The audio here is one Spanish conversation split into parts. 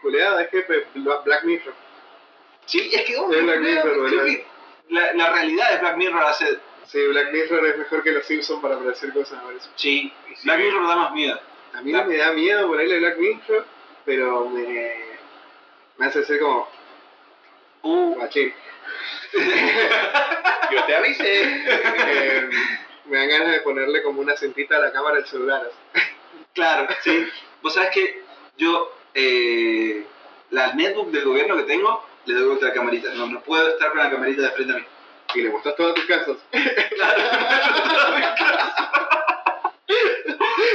culeada es que pe- Bla- Black Mirror. Sí, es que oh, Es Black creo- Mirror, creo ¿verdad? que la, la realidad de Black Mirror hace. Sí, Black Mirror es mejor que los Simpsons para predecir cosas, me parece. Sí, Black Mirror da más miedo. A mí Claro. me da miedo ponerle Black Mirror, pero me, me hace ser como Uh, machín. Yo te avisé. Eh, me dan ganas de ponerle como una cintita a la cámara del celular. así. claro, sí. Vos sabés que yo, eh, la netbook del gobierno que tengo, le doy vuelta a la camarita. No, no puedo estar con la camarita de frente a mí. Y le gustas todas tus casas.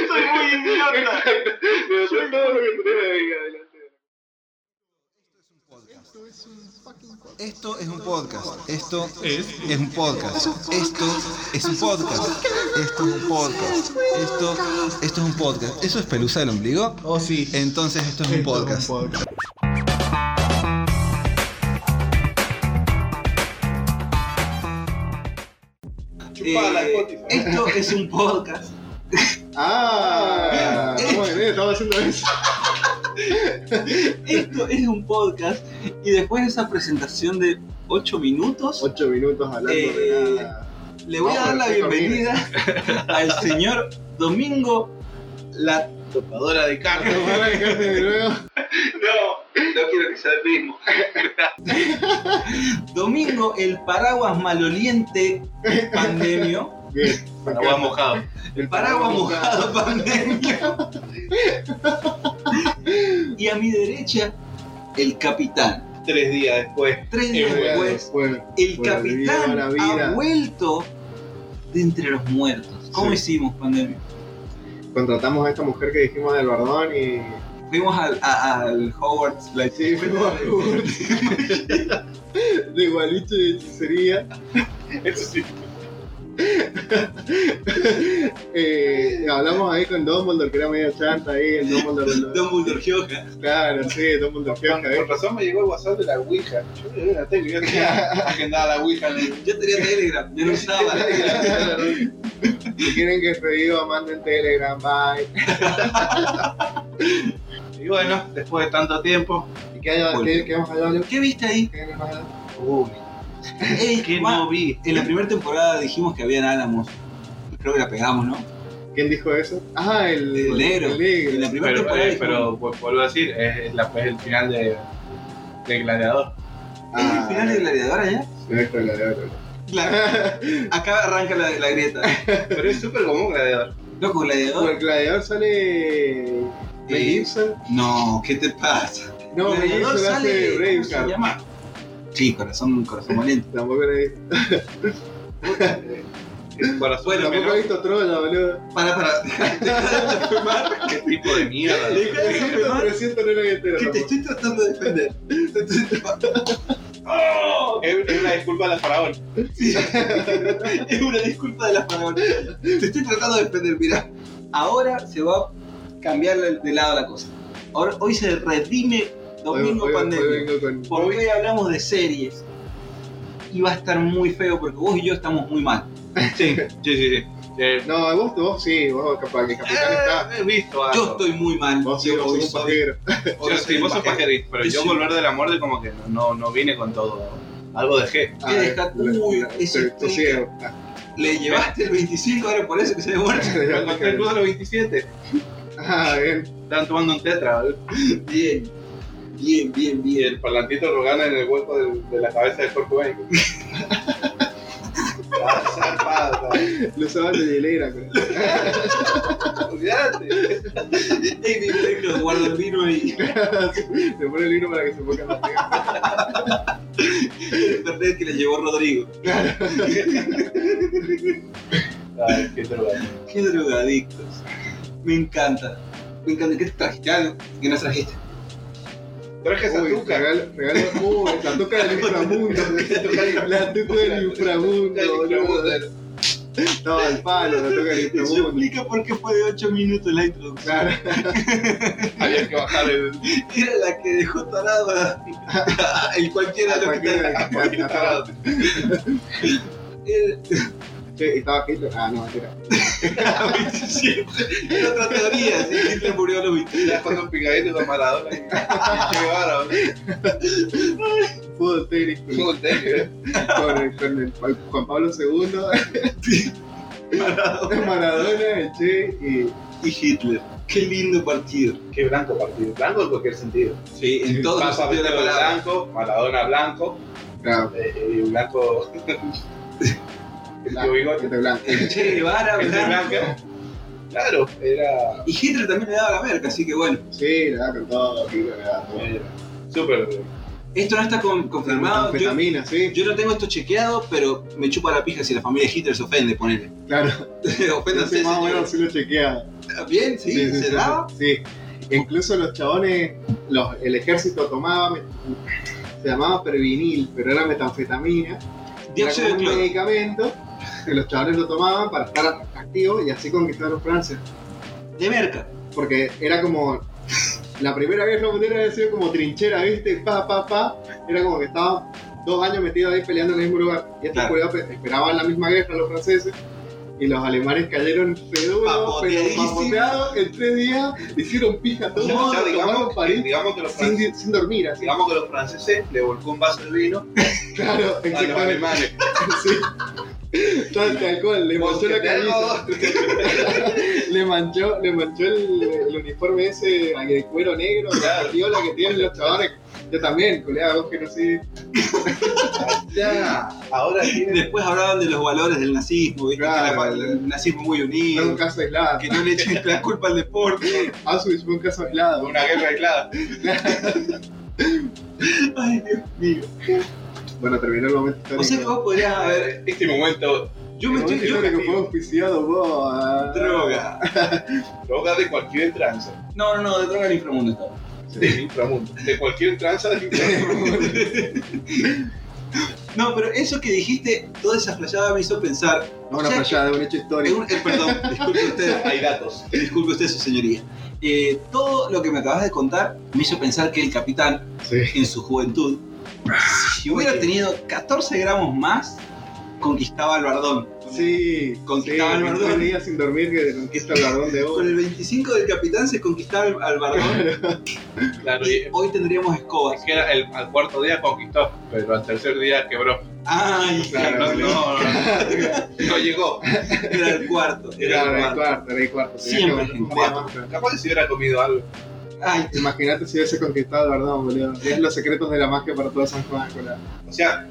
Soy muy idiota. Le gustas todo lo que tenés ahí adelante. Esto es un podcast. Esto es un podcast. Esto es un podcast. Esto es un podcast. Esto, esto es un podcast. ¿Eso es pelusa del ombligo? Oh, sí. Entonces esto es un Esto es podcast. Chupala, Eh, Spotify. esto es un podcast. Ah, ¿cómo es? Estaba haciendo eso. Esto es un podcast. Y después de esa presentación de 8 minutos, Ocho minutos hablando Eh, de nada. le voy a dar la bienvenida al señor Domingo La Topadora de carne. Tomar el café de nuevo. No, no quiero que sea el mismo. Domingo, el paraguas maloliente pandemio. Bien. me Agua encanta. mojado. El Paraguas mojado pandemio. Y a mi derecha, el capitán. Tres días después. Tres días El después, Eh, Bueno, el Bueno, capitán viva la vida. ha vuelto de entre los muertos. ¿Cómo Sí. hicimos, pandemia? contratamos a esta mujer que dijimos del Bardón y. Fuimos al, a- al Hogwarts. la- Sí, fuimos a De gualiche de hechicería. Eso sí. Eh, hablamos ahí con Dumbledore, que era medio chanta ahí, el Dumbledore. Dumbledore Gioja. Claro, sí, Dumbledore Con, Fiasca, con eh. razón me llegó el WhatsApp de la Ouija. Yo me la tele, yo tenía agendada la Ouija. en el- Yo tenía Telegram, yo no usaba. Si quieren que reviva, manden Telegram, bye. Y bueno, después de tanto tiempo. ¿Y qué, hay, qué, qué hemos hablado, Leo? ¿Qué viste ahí? ¿Qué hemos hablado? Uy, Ey, ¿Qué ma- no vi? En la primera temporada dijimos que habían álamos. Creo que la pegamos, ¿no? ¿Quién dijo eso? Ah, el, El negro. El negro. En la primera Pero, temporada eh, dijimos, pero vu- vuelvo a decir, es, es la, es el final de, de Gladiador. ¿Es el final de Gladiador allá? Ah, Esto, la de otro. Claro. Acá arranca la, la grieta. Pero es súper común Gladiador. Loco, Como Gladiador. el gladiador sale. Mel Eh, Gibson. No, ¿qué te pasa? No, Mel gladiador Gibson hace sale. ¿Cómo se Braveheart. llama? Sí, corazón, corazón valiente. Tampoco lo he visto. El corazón de Bueno, Tampoco he Menor, visto Troya, boludo. Para, para. Deja de enfermar. ¿Qué tipo de mierda? Deja de enfermar. 300 no lo he visto. Que te tampoco. estoy tratando de defender. Es es una disculpa a la faraón. es una disculpa de las palabras. Te estoy tratando de defender, mira. Ahora se va a cambiar de lado la cosa. Ahora, hoy se redime Hoy- Domingo hoy- hoy Pandemia. vengo con- Porque hoy hablamos de series. Y va a estar muy feo porque vos y yo estamos muy mal. Sí, sí, sí. sí. Eh, No, vos, vos sí, vos capaz que capitán está. he visto algo. Yo estoy muy mal. Vos sí, Yo vos hoy sos Ah. un soy- pajero. hoy Yo soy sí, un vos sos pajero. pajerito, pero yo Sí. volver de la muerte como que no, no, no vine con todo. Algo dejé. Ah, ¿Qué dejaste? Uy, ese estoy- estoy explica. ciego. Ah, Le llevaste el 25, ahora por eso que se ve muerto. Me encontré el club de los 27. Ah, bien. Estaban tomando un tetra. ¿vale? Bien. Bien, bien, Y bien. el parlantito Rogana en el hueco del- de, la cabeza del cuerpo médico. Ah, zarpado, ¿sabes? Lo usaban de hielera, creo. Olvídate. Ey, mi viejo, guarda el vino ahí. Le pone el libro para que se ponga más negro. El Fernet que le llevó Rodrigo. Ay, qué droga. Qué drogadictos. Me encanta. Me encanta. ¿Qué te trajiste algo? ¿Qué no trajiste? Traje Uy, Santuca. regalo, regalo. Uy, la tuca del inframundo. La tuca del inframundo, boludo. No, al palo, la tuca del Eso inframundo. explica por qué fue de 8 minutos la introducción. Claro. Había que bajar el. Era la que dejó tarado a- el cualquiera de los que Cualquiera, estaban. cualquiera. Era- Che, estaba Hitler. Ah, no, mentira. Es otra teoría, si Hitler murió a los 20. Ya con un picadito con Maradona. y- y Che Guevara, boludo. Fútbol tenis Es un tenis, ¿eh? con, con el, Juan Pablo II. Maradona. el Che y. Y Hitler. Qué lindo partido. Qué blanco partido. Blanco en cualquier sentido. Sí, en todos los Papa sentidos de la Pedro palabra. blanco, Maradona blanco, Claro, eh, eh, blanco. El tío blanco, bigote. este blanco. El Che Guevara, Ese blanco. blanco. Claro, era. Y Hitler también le daba la merca, así que bueno. Sí, la da con todo, Hitler, la da con era Súper. Esto no está con- Eh, confirmado. Yo, Anfetamina, sí. yo no tengo esto chequeado, pero me chupa la pija si la familia Hitler se ofende, ponele. Claro, Oféndanse, entonces más o señores. menos sí lo chequea. Bien, sí, se daba. Sí. Incluso los chabones, los, el ejército tomaba, met- se llamaba pervinil, pero era metanfetamina. Era Dióxido como de un cloro. medicamento que los chabones lo tomaban para estar activos y así conquistaron Francia. De merca. Porque era como. La primera guerra mundial había sido como trinchera, ¿viste? Pa, pa, pa. Era como que estaban dos años metidos ahí peleando en el mismo lugar. Y estos Claro. cuidados pe- esperaban la misma guerra los franceses. Y los alemanes cayeron pedudos, pero Papoteadísimo. papoteados en tres días. Hicieron pija todo, O sea, tomaron digamos, que, París digamos que los franceses. sin, sin dormir, así. Digamos que los franceses le volcó un vaso de vino Claro, a los exactamente. alemanes. Sí. Todo el alcohol, le manchó la camisa. Le manchó, le manchó el, el uniforme ese de cuero negro, la viola que tienen los chavales. Yo también, colega, vos que no sé. Ya, ahora tiene Después hablaban de los valores del nazismo, ¿viste? Claro. Que la- el nazismo muy Fue un unido, caso aislado. que no le echen la culpa al deporte. Auschwitz fue un caso aislado. una guerra aislada. Ay, Dios mío. Bueno, terminó el momento histórico. O sea que vos podrías haber. Este momento, Yo me El momento estoy. Yo, histórico fue auspiciado vos. ah. a- droga. droga de cualquier tranza. No, no, no, de droga en inframundo estaba. del inframundo. De cualquier tranza del inframundo. No, pero eso que dijiste, toda esa flayada me hizo pensar. No, O una sea que- fallada, un hecho Eh, histórico. un- eh, perdón, disculpe usted. Hay datos. Disculpe usted, su señoría. Eh, todo lo que me acabas de contar me hizo pensar que el capitán, Sí. en su juventud, si hubiera tenido 14 gramos más, conquistaba el bardón. Sí, Conquistaba el sí, Bardón. tres días sin dormir que conquista el bardón de vos. Con el 25 del capitán se conquistaba el- al bardón. Claro, y Hoy tendríamos escobas. es que era el, al cuarto día conquistó, pero al tercer día quebró. Ay, Claro, no, No, no, no, no, no llegó. era el cuarto. Era Claro, el era el cuarto. cuarto, era el cuarto. Tenía Siempre que- en un cuatro. día más. Capaz que si hubiera comido algo. Ay, Imagínate si hubiese conquistado el bardón, boludo. Es los secretos de la magia para todo San Juan, colega. O sea,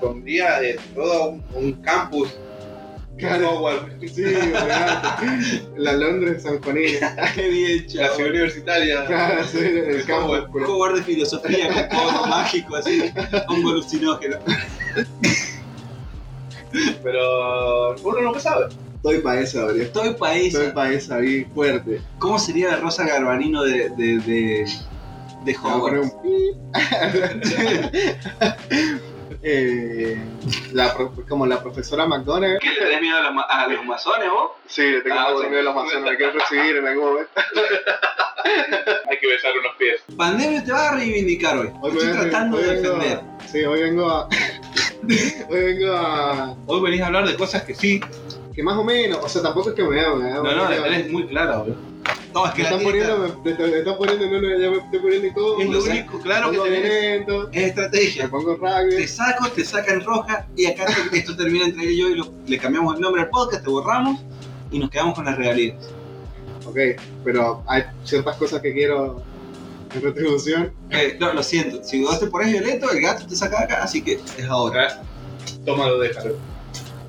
con día de todo un, un campus. Claro. Howard, Sí, olvidate. La Londres de San Juanina. qué bien, la chaval. ciudad universitaria. Claro, sí, el campo. Un culo. jugador de filosofía con polvo mágico, así, hongo alucinógeno. Pero uno nunca sabe. Estoy pa' esa, boludo. Todo el país. Estoy pa' esa, bien fuerte. ¿Cómo sería la Rosa Garbanino de, de, de, de Vamos a poner Hogwarts? un pi. Eh, la prof- como la profesora McDonald. ¿Qué le tenés miedo a los, ma- a los masones vos? Sí, le tengo Ah, mucho bueno. miedo a los masones, me quiero recibir en algún momento. Hay que besar unos pies. Pandemia te va a reivindicar hoy. Hoy Estoy me voy a- tratando hoy de vengo a- defender. Sí, hoy vengo a. hoy vengo a. Hoy venís a hablar de cosas que sí. Que más o menos, o sea, tampoco es que me vea, me vea. No, no, la tenés muy clara, boludo. No, es Me que la están tiene- poniendo, me, me están- me están poniendo, no, no, ya me estoy poniendo incómodo. Es lo o sea, único claro me que pongo tenés. violento, es me estrategia. pongo rápido. Te saco, te sacan roja y acá te- esto termina entre él y yo y lo- le cambiamos el nombre al podcast, te borramos y nos quedamos con las regalías. Ok, pero hay ciertas cosas que quiero en retribución. Eh, no, lo siento. Si vos te pones violento, el gato te saca de acá, así que es ahora. Tómalo, déjalo.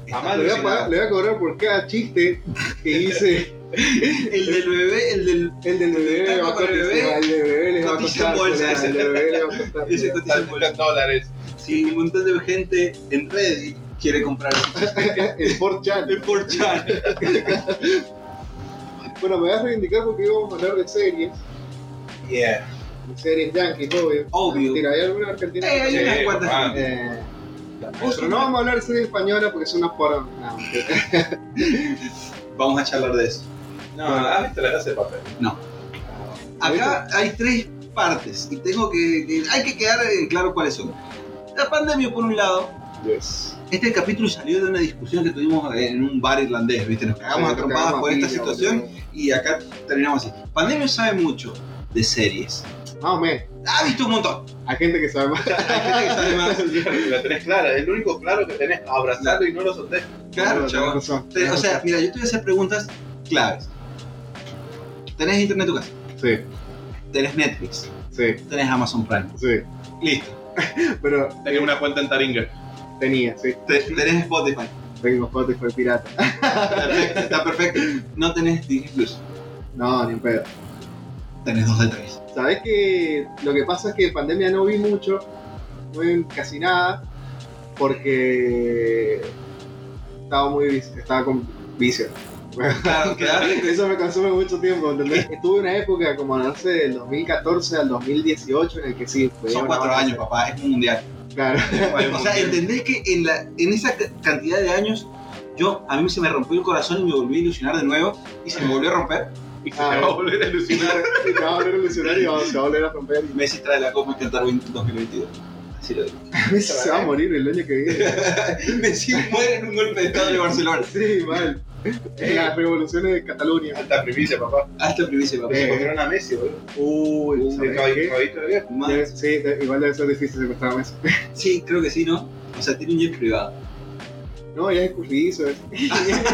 Mamá, le, voy a alucinada. pagar- le voy a cobrar por cada chiste que hice. El del bebé, el del... El del bebé Taco va a con el bebé, cotizar, el del bebé les va a cotiza costar. en bolsa. colega, El del bebé les va a costar. Ese cotiza en bolsa. Están dólares. Si un montón de gente en Reddit quiere comprar ese El Ford Chan. El porchal. Bueno, me voy a reivindicar porque íbamos a hablar de series. Yeah. de Series yankees, obvio. Obvio. Mentira, ¿hay alguna argentina? Eh, hay Sí, unas cuantas. mamá. Eh, Vos- pero no vamos a hablar de serie española porque es una por... No, mentira. Vamos a charlar de eso. No, ¿has visto la casa de papel? Acá hay tres partes y tengo que, que- Hay que quedar en claro cuáles son. La pandemia por un lado, Yes. Este capítulo salió de una discusión que tuvimos eh, en un bar irlandés, ¿viste? Nos cagamos Nos atropadas cagamos por a esta piña, situación y acá terminamos así. Pandemia sabe mucho de series. Más o menos. Ha visto un montón. Hay gente que sabe más. Hay gente que sabe más. La tenés clara, es el único claro que tenés, abrazarlo y no lo soltés. Claro, Tienes chaval. razón, Te- tienes O sea, razón. mira, yo te voy a hacer preguntas claves. Tenés internet en tu casa, Sí, tenés Netflix, sí, tenés Amazon Prime. sí. Listo. Pero Tenés una cuenta en Taringa. tenía, sí. Te- Tenés Spotify. Tengo Spotify pirata. Perfecto, está perfecto. No tenés Disney Plus. No, ni un pedo. Tenés dos de tres. Sabes que lo que pasa es que en pandemia no vi mucho, no vi casi nada, porque estaba muy vicio, estaba con vicio. Claro, quedarte Eso me consume mucho tiempo, ¿entendés? Estuve una época como, no sé, del 2014 al 2018 en el que sí. fue Son una cuatro hora. años, papá, es un mundial. Claro. O sea, entendés que en, la, en esa ca- cantidad de años, yo, a mí se me rompió el corazón y me volví a ilusionar de nuevo, y se me volvió a romper. Ah, Y se te va a volver a ilusionar. Se va a volver a ilusionar y va- se va a volver a romper. Y Messi trae la Copa Qatar 20- 2022. Así lo digo. A veces se va a morir el año que viene. Messi muere en un golpe de estado de Barcelona. Sí, mal. En las revoluciones de Cataluña. Alta primicia, papá. Hasta primicia, Ah, papá. Se Eh. cogieron a Messi, boludo. Uy, Un ¿sabés caballito qué? caballito de guerra. Ma- Debe- Sí, de- igual debe ser difícil secuestrar a Messi. Sí, creo que sí, ¿no? O sea, tiene un jet privado. No, ya es escurridizo. es-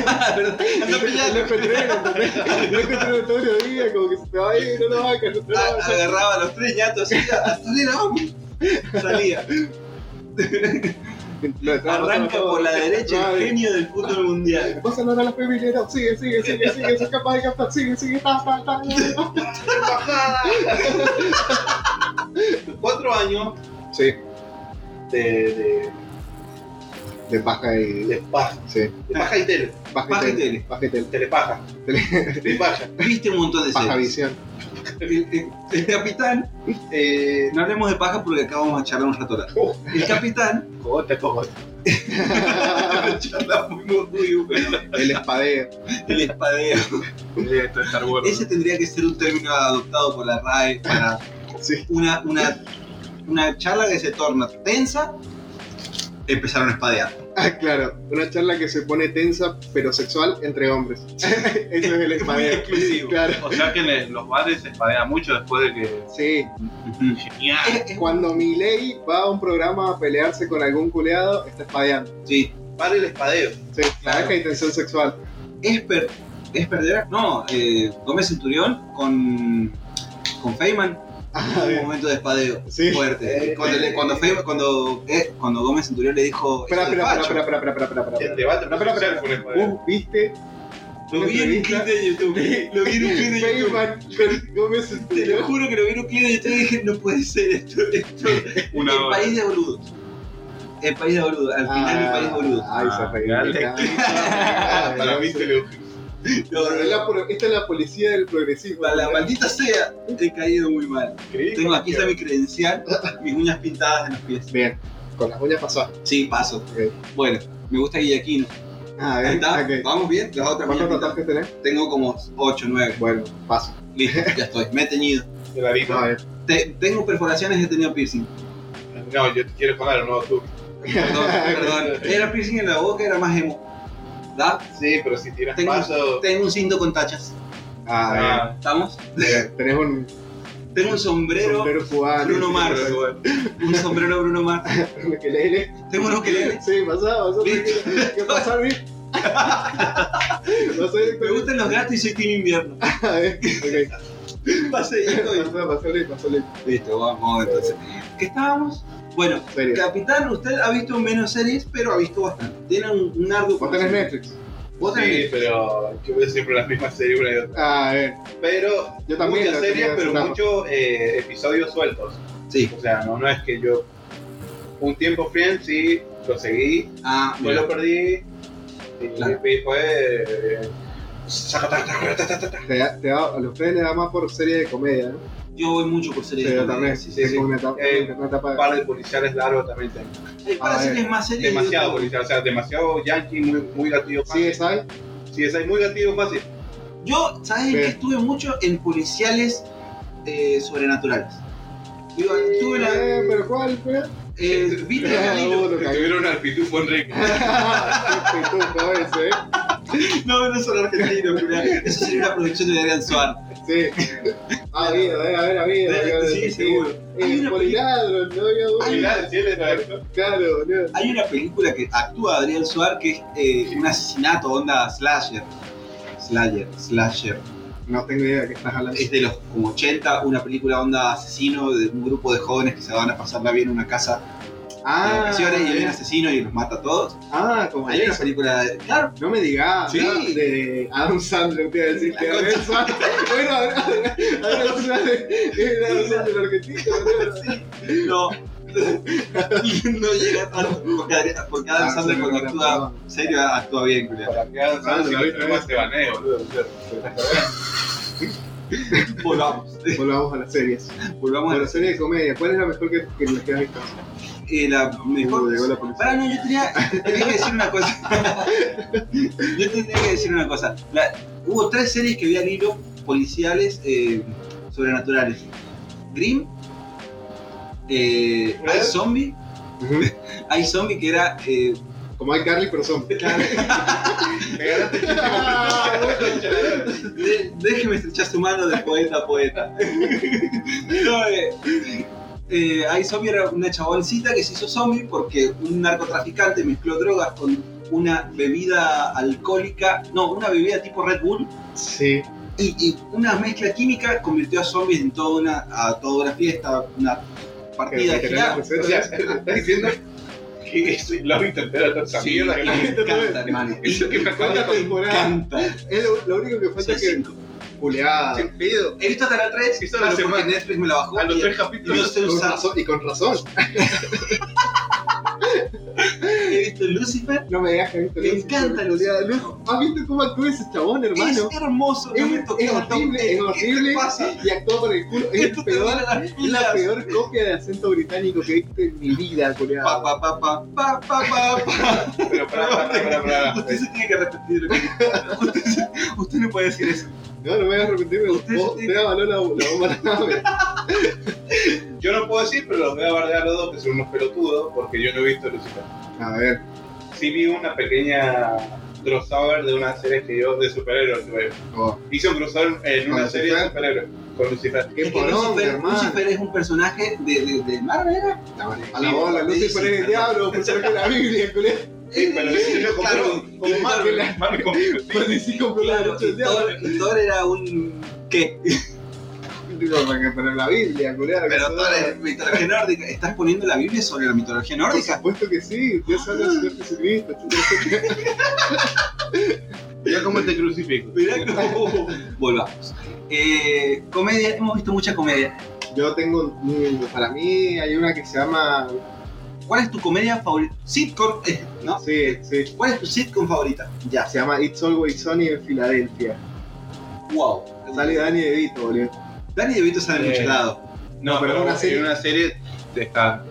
Ah, ¿verdad? Anda Lo pillando. encontré, lo encontré. Lo encontré todos los días, como que se te va a ir, no lo va a no lo va a Ah, alcanzar. Agarraba a los tres ñatos así, hasta la vamos. Salía. Lo estaba pasando ah, Arranca todo. por la derecha Ay, el genio del fútbol mundial. Vas a lograr la feminidad, sigue, sigue, sigue, sigue, sos capaz de captar, sigue, sigue, ta, ta, ta. ¡Embajada! Cuatro años Sí, de, de, de paja y... de paja. sí, De paja y tele. Paja y tele. Paja y tele. Telepaja. Telepaja. Viste un montón de Paja series. visión. El, el- el capitán, Eh, no hablemos de paja porque acá vamos a charlar un rato largo. Uh. El capitán, cogote, cogote. charlamos muy, muy, bueno. El espadeo. el espadeo. Esto es Star Wars. Ese tendría que ser un término adoptado por la RAE para Sí. una, una, una charla que se torna tensa. Empezaron a espadear. Ah, claro. Una charla que se pone tensa, pero sexual, entre hombres. Eso es el Es muy espadeo. exclusivo. Claro. O sea que le- los bares se espadean mucho después de que. Sí, Ujú. Genial. Es- es- cuando Milei va a un programa a pelearse con algún culeado, está espadeando. Sí, Para el espadeo. Sí, Claro. claro. que hay tensión sexual. es, per- es perder. No, eh, Gómez Centurión con, con Feynman. Ah, un bien. momento de espadeo. Sí. fuerte. Eh, cuando, le- eh, cuando, Fe- cuando, eh, cuando Gómez Centurión le dijo. Espera, "Eso es espera, espera, facho". espera, espera, espera, espera, espera, El espera. debate Espera, espera, presidencial espera. con el espadeo. Vos viste Lo vi en un clip de YouTube. Lo vi en un clip de YouTube. Feynman con Gómez Te lo Centurión. juro que lo vi en un clip de YouTube y dije, no puede ser esto. esto. Una el hora. país de boludos. El país de boludos. Al final, el país de boludos. Ay, Ah, se dale. Ah, reí. Para mí se le No, no, Es no. la pro- Esta es la policía del progresismo. Para la maldita sea, he caído muy mal. creí. Tengo aquí está mi credencial, mis uñas pintadas en los pies. Bien, con las uñas pasadas. Sí, paso. Ok. Bueno, me gusta Guillaquino. Ah, Ahí bien, está. ok. Vamos bien. Las otras uñas ¿Cuántos pintadas. tatuajes tenés? Tengo como 8, 9. eh? Bueno, paso. Listo, ya estoy. Me he teñido. De la No, vida. bien. Te- tengo perforaciones y he tenido piercing. No, yo te quiero contar un nuevo tú. Perdón, perdón. Era piercing en la boca, era más emo. ¿Da? Sí, pero si tiras Tengo- paso. Tengo un cinto con tachas. Ah, Ah, ¿Estamos? bien. Bien. Tenés un Tengo un sombrero sombrero Ah, cubano. Bruno Mars. Un sombrero Bruno Mars. Un ukelele. Tengo unos que le. Sí, pasá, pasá. Listo. tranquilo. ¿Qué pasa, Luis? Pasá Me directamente. gustan los gatos y soy team invierno. Ah, bien, ok. Pasé y estoy. Pasá, pasá, Luis, pasá, Luis. Listo, vamos entonces. ¿Qué estábamos? Bueno, Serio. Capitán, usted ha visto menos series, pero ha visto bastante. Tiene un, un arduo. Vos tenés Netflix. Vos tenés Sí, pero yo veo siempre las mismas series una y otra. Ah, bien. Pero Yo también muchas la tenía series, en pero su cama. muchos eh, episodios sueltos. Sí. O sea, no, no es que yo. Un tiempo Friends sí, lo seguí, Ah, después bueno. lo perdí. Y Claro. después. eh, saca, taca, taca, taca, taca, taca. Te da- te da- a ustedes les da más por serie de comedia, ¿no? Yo voy mucho por series. Sí, yo de- también. sí, sí, Es sí. como una etapa. Eh, una etapa Un de- par de policiales largos también tengo. Hay para A ver. series más series. Demasiado policial, o sea, demasiado yankee, muy, muy gatillo Sí, fácil. es ahí. Sí, es ahí muy gatillo fácil. Yo, ¿sabes Sí. que Estuve mucho en policiales eh, sobrenaturales. Digo, estuve la- Eh, pero ¿cuál? fue? eh, viste a Cada Galilo. uno, Que cabrón. tuvieron un arpitufo en rico. Qué pitufo ese, ¿eh? No, no son argentinos, culiao. Eso sería una producción de Adrián Suárez. Sí. Ah, eh, Ha habido, debe haber habido. Debe- digamos, sí, seguro. Hay Eh, una Poliladro, no había duda. Mirá, el cielo era esto. Claro, boludo. Hay una película que actúa Adrián Suárez que es eh, un asesinato onda slasher. Slasher, slasher. No tengo idea de qué estás hablando. Es de los como 80, una película onda asesino de un grupo de jóvenes que se van a pasarla bien en una casa de Ah, vacaciones y hay un asesino y los mata a todos. ah, como Hay eso. una película de... Claro, No me digas, Sí. ¿no? de Adam Sandler, te iba a decir que La Adam Sandler. Bueno, Adam Sandler es Adam Sandler argentino, boludo. no. no llega tanto porque Adrián- porque Ah, Adam Sandler cuando era actúa, bravo. en serio actúa bien, culiao. Para que hagan Ah, salsa, la si viste, no eh. más te baneo, boludo. Volvamos, Volvamos a las series. volvamos Bueno, a las series de comedia, ¿cuál es la mejor que, que la que has visto? Eh, la Uh, mejor. llegó la policía. Pará, no, yo tenía, tenía que decir una cosa. yo tenía que decir una cosa. La- hubo tres series que vi al hilo policiales eh, sobrenaturales: Grimm, eh, Hay Zombie. Hay Zombie que era. eh, Como hay Carly, pero son. Me ganaste el chiste completo. de- déjeme estrechar su mano de poeta a poeta. no, eh, eh, Hay Zombie era una chaboncita que se hizo zombie porque un narcotraficante mezcló drogas con una bebida alcohólica, no, una bebida tipo Red Bull Sí. y, y una mezcla química convirtió a zombies en toda una, a toda una fiesta, una partida de girar. O sea, estás diciendo que eso lo interpreta esa Sí, mierda y que la me gente encanta, hermano. Y Eso que me ¿Cuál es la acuerda con me temporada? encanta. Es lo, lo único que falta Soy es que. cinco. Culeada. sin pedo. He visto Canal 3, Hizo pero la porque semana. Netflix me la bajó. A los y- tres y yo capítulos. sé Con usar. razón- y con razón. He visto Lucifer. No me dejas que has visto Me Lucy, encanta pero culiada. Lucy. Lu- ¿Has visto cómo actúa ese chabón, hermano? Es hermoso. no Es, me es tocaba tanto. horrible, es horrible ¿Qué te pasa? y actúa con el culo. Es el Esto te peor duele las Es la pilas. peor copia de acento británico que he visto en mi vida, Pa, culiado. pa, pa, pa, pa, pa, pa, pa. Pero pará, pará, pará, pará. Usted se tiene que repetir lo que dijo. usted, se- usted no puede decir eso. No, no me voy a arrepentir, Usted vos sí. te avaló la, la bomba a la nave. Yo no puedo decir, pero los voy a bardear a los dos que son unos pelotudos porque yo no he visto Lucifer. A ver, Sí vi una pequeña crossover de una serie que yo de superhéroes. que veo. oh, Hice un crossover en ¿Con una serie de Lucifer? superhéroes con Lucifer. qué Es que poronga, Lucifer, hermano. Lucifer es un personaje de, de, de Marvel, ¿era? A la bola, Sí, Lucifer sí, es el perdón. diablo, por ser que la Biblia, culiado. Sí, pero sí, yo compré claro, un- como Marvel, Marvel Comics, sí. Pues ni si compró la Claro, noche y del diablo. Thor, y Thor era un. ¿Qué? Digo, porque- Pero la Biblia, culiado. Pero Thor es mitología nórdica. ¿Estás poniendo la Biblia sobre la mitología Por nórdica? supuesto que sí, Dios habla de Jesucristo. Ya como te crucifico. Mirá cómo. Volvamos. Eh, comedia, hemos visto mucha comedia. Yo tengo, un- para mí hay una que se llama, ¿Cuál es tu comedia favorita? Sitcom, eh, ¿no? sí, sí, ¿Cuál es tu sitcom favorita? Ya. se llama It's Always Sunny en Filadelfia. Wow. Sale Danny DeVito, boludo. Dani DeVito sale de Eh. mucho lado. No, pero pero una una serie. en una serie de esta-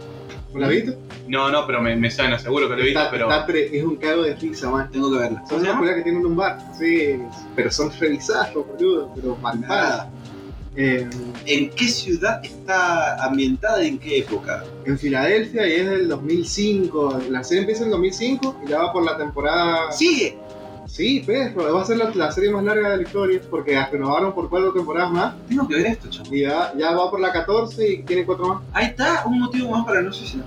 ¿Lo has visto? No, no, pero me, me suena, seguro que lo he visto, Está- pero. está pre- es un cago de risa, man. Tengo que verla. Son unas ¿Cómo se culiadas que tienen un bar, sí, pero son revisadas, boludo, pero mal llama? Nada. Eh, ¿En qué ciudad está ambientada? ¿En qué época? en Filadelfia y es del 2005. La serie empieza en 2005 y la va por la temporada. Sigue. Sí, perro. Va a ser la, la serie más larga de la historia porque la renovaron por cuatro temporadas más Tengo que ver esto, chaval. y ya, ya va por la 14 y tiene cuatro más. Ahí está un motivo más para no suicidar.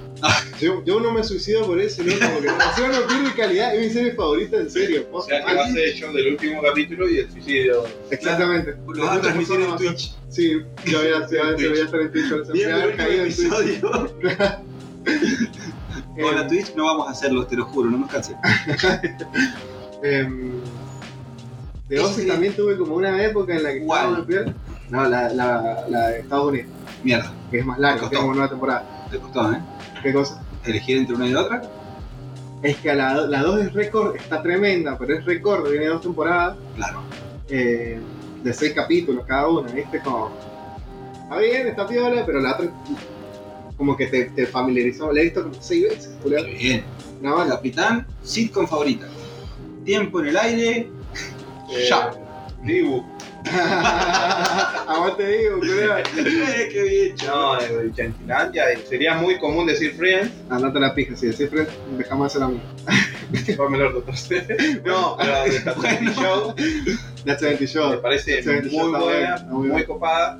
Yo, yo no me suicido por eso, ¿no? Como que la serie no pierde calidad. Es mi serie favorita, en serio. Ah, O sea, que va a ser el show del último capítulo y el suicidio. Exactamente. Lo van a transmitir en Twitch. Sí, yo voy a, yo voy a- yo voy a estar en Twitch. Se me Bien, va a haber último caído en Twitch. episodio. Eh, Con la Twitch no vamos a hacerlo, te lo juro, no nos cansemos. em, de Ese- Ozzy también tuve como una época en la que ¿Cuál? estaba muy bien. No, la, la, la de Estados Unidos, Mierda, que es más larga, que es Costó. como una temporada. te costó, ¿eh? ¿Qué cosa? Elegir entre una y la otra. Es que a la, la 2 es récord, está tremenda, pero es récord, tiene dos temporadas Claro. eh, de seis capítulos cada una, ¿viste? Como. Está bien, está piola, pero la otra. Como que te, te familiarizó, la he visto como seis veces, Está culiao. bien. Una bala. Capitán, sitcom favorita. Tiempo en el aire. Eh, Ya. Dibu. Aguante digo, culero. Eh, ¡Qué bien, chaval! No, en Chanquilandia eh, sería muy común decir Friends. Andate la pija, si decís frente, dejamos de hacer amor. Pamela Rotoste. No, pero de Tatu Tatu Show That's 70 me Show. parece Sí, sí, muy está buena, buena, muy muy, buena. copada.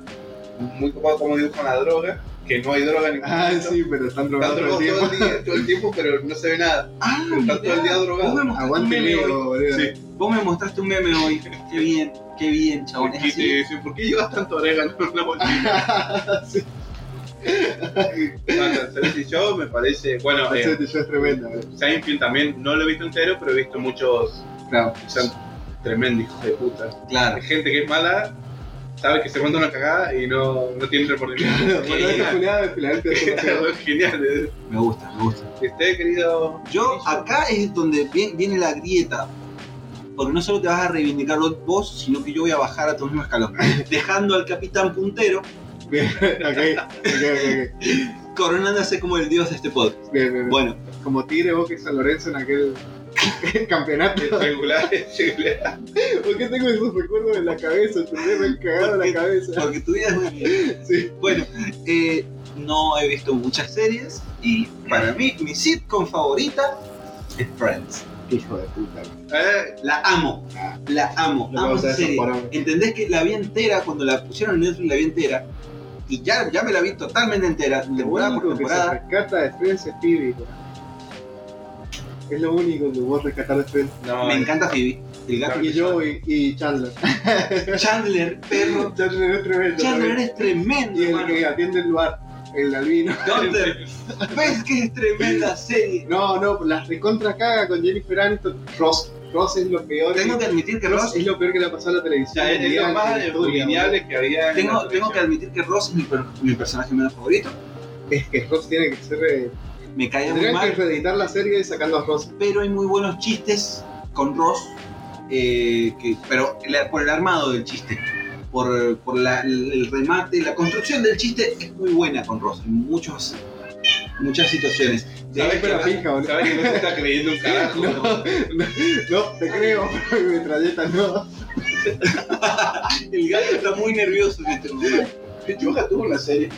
Muy copada como dibujan la droga, que no hay droga en ningún Ah, momento. sí, pero están Están drogados todo el drogados todo tiempo. el, día, todo el tiempo, pero no se ve nada. Ah, Está todo el día mirá, drogado. Vos me mostraste un Aguante meme digo, hoy. boludo. Sí. Vos me mostraste un meme hoy. Qué bien, qué bien, chabón. Es Y te así. dicen, ¿por qué llevas tanto orégano en la bolsita? Sí, Tan Celeste Show me parece. Bueno, That's eh, 70 Show es tremenda, boludo. Seinfeld también no lo he visto entero, pero he visto muchos Claro. que son tremendos hijos de puta. Claro. Gente que es mala sabe que se manda una cagada y no, no tiene remordimiento. Claro, bueno, esta culiada de Filadelfia es una ciudad. Es Genial. Me gusta, me gusta. ¿Y usted, querido? Yo, acá es donde vi- viene la grieta. Porque no solo te vas a reivindicar vos, sino que yo voy a bajar a tu mismo escalón. Dejando al capitán puntero, Bien, ok, ok, ok, coronándose como el dios de este podcast. ok. Bien, bien, bien. Bueno, Como Tigre, Boca y San Lorenzo en aquel campeonato. El triangular, el triangular. ¿Por qué tengo esos recuerdos en la cabeza? Tendré me han cagado la cabeza. porque tu vida es muy Sí. Bueno, eh, no he visto muchas series y para mí mi sitcom favorita es Friends. Hijo de puta. Eh, La amo, la amo, No amo vamos a esa serie. desamparar. ¿Entendés que la vi entera cuando la pusieron en Netflix? La vi entera y ya, ya me la vi totalmente entera, temporada por único que se temporada. rescata de Friends es Phoebe, güey. Es lo único que vos rescatar de Friends. no, eh. Me encanta Phoebe, el gato. Y Joey y Chandler. Chandler, perro. Chandler es tremendo. Chandler también. es tremendo, Y el hermano. que atiende el bar, el albino. Gunther, ¿Ves que es tremenda serie? No, no, las recontra caga con Jennifer Aniston. Ross. Ross es lo peor. Tengo que admitir que Ross es lo peor que le ha pasado a la O televisión. sea, es, es lo mundial, en más la historia, lineal que había. en Tengo, la tengo que televisión. admitir que Ross es mi, per- mi personaje menos favorito. güey. Es que Ross tiene que ser. eh, Me cae muy Tendrían que mal, reeditar la serie sacando a Ross. pero hay muy buenos chistes con Ross, eh, que- pero la- por el armado del chiste, por, por la- el remate, la construcción del chiste es muy buena con Ross en muchos, muchas situaciones. De ¿Sabes Fue que la no- pija, boludo. sabes que no se está creyendo un carajo? No, te creo, pero mi metralleta no. El gato está muy nervioso en este momento. Pichuja tuvo una serie.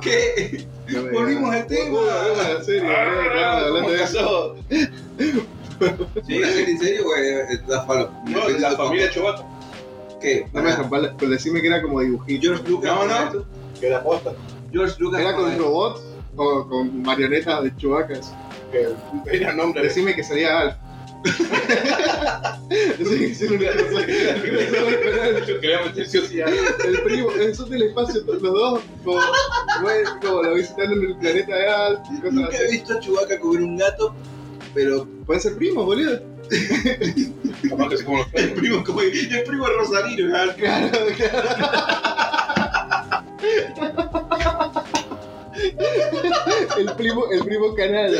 ¿Qué? No me Volvimos digas. al tema. Volvimos a la serie, boludo, claro, hablando de eso. Sí, en serio, güey, la falo. No, la familia Chewbacca. ¿Qué? No me dejan pala- pues decime que era como dibujito. George Lucas. No, no. Que la posta. George Lucas. ¿Era con robots o con marionetas de chubacas? Era nombre. de- Decime que salía Alf. Decime que hicieron una cosa. Yo quería meter sí o sí a- El primo, el sur del espacio, los dos, como, bueno, como lo visitando en el planeta de Alf y cosas Nunca he así. visto a Chewbacca comer un gato, pero Pueden ser primos, boludo. Capaz que es como los el primo como el primo de Rosalino, ¿verdad? Claro, claro. El primo, el primo canalla,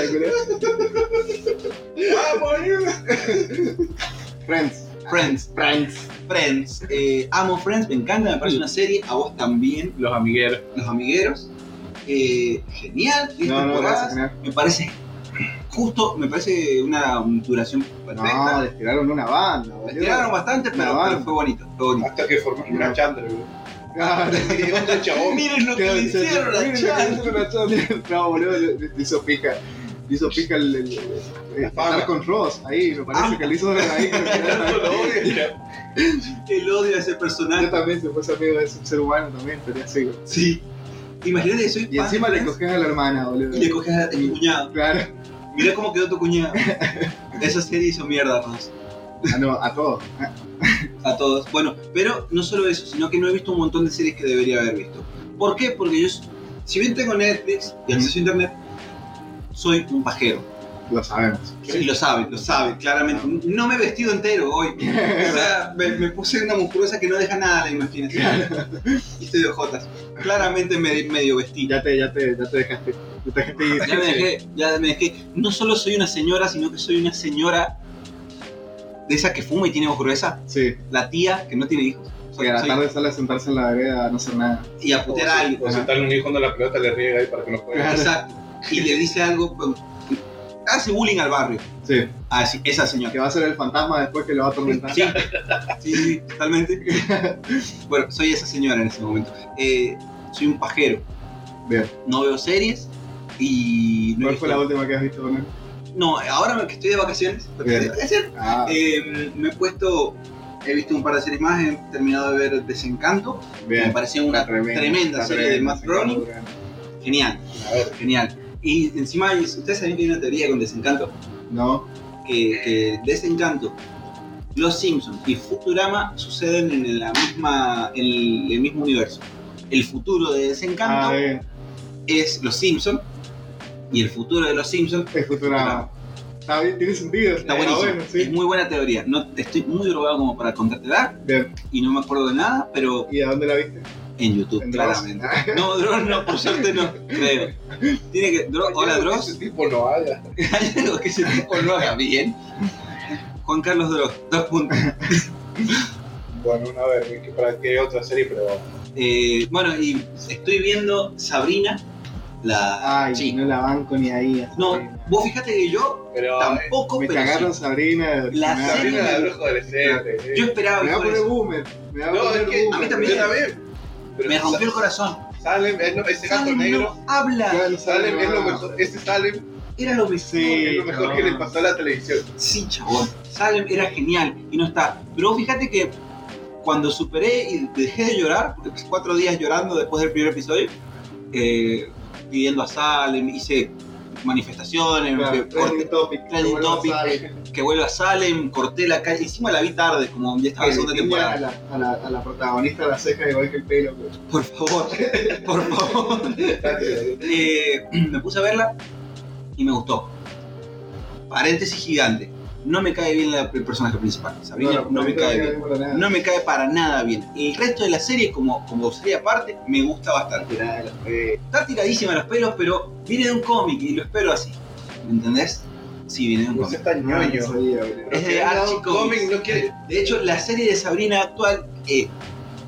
boludo. Ah, Friends. Friends, Friends. Friends, eh, amo Friends, me encanta, me parece una serie, a vos también, Los amigueros. los amigueros, eh, genial, 10 No, no, temporadas, gracias, no. me parece justo, me parece una duración No, perfecta, les tiraron una banda, Me boludo. tiraron bastante, pero, No, pero fue bonito, fue bonito. Hasta que formaron una Chandler, güey. Claro. Y otro chabón. Miren lo que Claro, le se- hicieron a Ah, miren lo que le Chandler. hicieron a Chandler. No, boludo, le, le hizo pica. Le hizo pica el, el, el- fama. estar con Ross ahí, me parece Ah. que le hizo ahí. Lo odio. el odio a ese Yo personaje, también, se fue amigo de ese ser humano también, pero así. güey. sí, imagínate que soy fan Y de encima le Friends coges a la hermana, boludo. Ah, y le coges a mi cuñado, Claro. mirá cómo quedó tu cuñado, esa serie hizo mierda, Ross. Ah, no, a todos. Ah, a todos. Bueno, pero no solo eso, sino que no he visto un montón de series que debería haber visto. ¿Por qué? Porque yo, s- si bien tengo Netflix y acceso a internet, soy un pajero. Lo sabemos. Y lo saben, lo saben, claramente. No me he vestido entero hoy. O sea, me, me puse una musculosa que no deja nada a la imaginación. Y estoy de ojotas. Claramente me medio vestí. Ya te, ya te, ya te dejaste. Ya te dejaste ir. Ya me dejé, ya me dejé. No solo soy una señora, sino que soy una señora de esa que fuma y tiene voz gruesa. Sí, La tía que no tiene hijos. Soy- porque a la soy- tarde sale a sentarse en la vereda a no hacer nada. y a putear a alguien. O sentarle un hijo cuando la pelota le riega ahí para que no juegue. Claro. Exacto. Y le dice algo. pues, hace bullying al barrio. Sí. Ah, sí, esa señora. Que va a ser el fantasma después que lo va a atormentar. Sí, sí, sí, totalmente. Bueno, soy esa señora en ese momento. Eh, soy un pajero. Bien. No veo series y no he ¿Cuál fue la visto- última que has visto con él? No, ahora que estoy de vacaciones, porque Bien. estoy de vacaciones, Ah, eh, me he puesto, he visto un par de series más, he terminado de ver Desencanto, me bien. pareció una tremenda, serie de Matt Groening, genial, genial. Y encima, ustedes saben que hay una teoría con Desencanto, No, que, que Desencanto, Los Simpsons y Futurama suceden en, la misma, en el mismo universo. El futuro de Desencanto ah, bien. es Los Simpsons y el futuro de Los Simpsons Es Futurama. Está bien, tiene sentido. Está buenísimo. Ah, bueno, Es sí. muy buena teoría. No, estoy muy drogado como para contártela Bien. y no me acuerdo de nada, pero ¿Y a dónde la viste? en YouTube, En Dross. claramente. No, Dross no, por suerte no, creo. Tiene que. Dross- hola, Dross. Ese tipo no haga. Hay algo que ese tipo no haga bien. Juan Carlos Dross, dos puntos. Bueno, a ver, que para que otra serie, pero. Eh, bueno, y estoy viendo Sabrina, la Ay, chica. no la banco ni ahí. a No, Sabrina. vos fíjate que yo Pero. tampoco, Me pero sí. cagaron Sabrina. del La final. Sabrina serie- la bruja adolescente. Yo eh. esperaba Me va a mejor poner eso. boomer. Me va a No, poner es que boomer. a mí también. yo también. Pero Me sa- rompió el corazón. Salem, es lo- ese gato Salem negro. no habla. Ya no sale, Salem es lo no. mejor. Ese Salem Era lo mejor. Sí, es lo mejor no. que le pasó a la televisión. Sí, chabón. Salem era genial y no está. Pero vos fíjate que cuando superé y dejé de llorar, porque pasé cuatro días llorando después del primer episodio, eh, pidiendo a Salem, hice manifestaciones, Claro, que, corte- Trending topic. eh, Trending que vuelva topic, Sale. que vuelva Salem, corté la calle, encima la vi tarde, como ya estaba la Que segunda tiña temporada. A la, a, la, a la protagonista de la ceja igual que el pelo. pues. güey. Por favor, por favor. Eh, me puse a verla y me gustó. Paréntesis gigante. No me cae bien la- el personaje principal. Sabrina no, me protagonista cae no bien. me acuerdo nada. no me cae para nada bien. El resto de la serie, como, como serie aparte, me gusta bastante. Tirada de los pelos. Está tiradísima a los pelos, pero viene de un cómic y lo espero así. ¿Me entendés? Sí, viene de un No cómic. seas tan No, no ñoño. sabía, güey. Es de Que ha dado Archie un cómic, Comics. no quiere. De hecho, la serie de Sabrina actual, eh,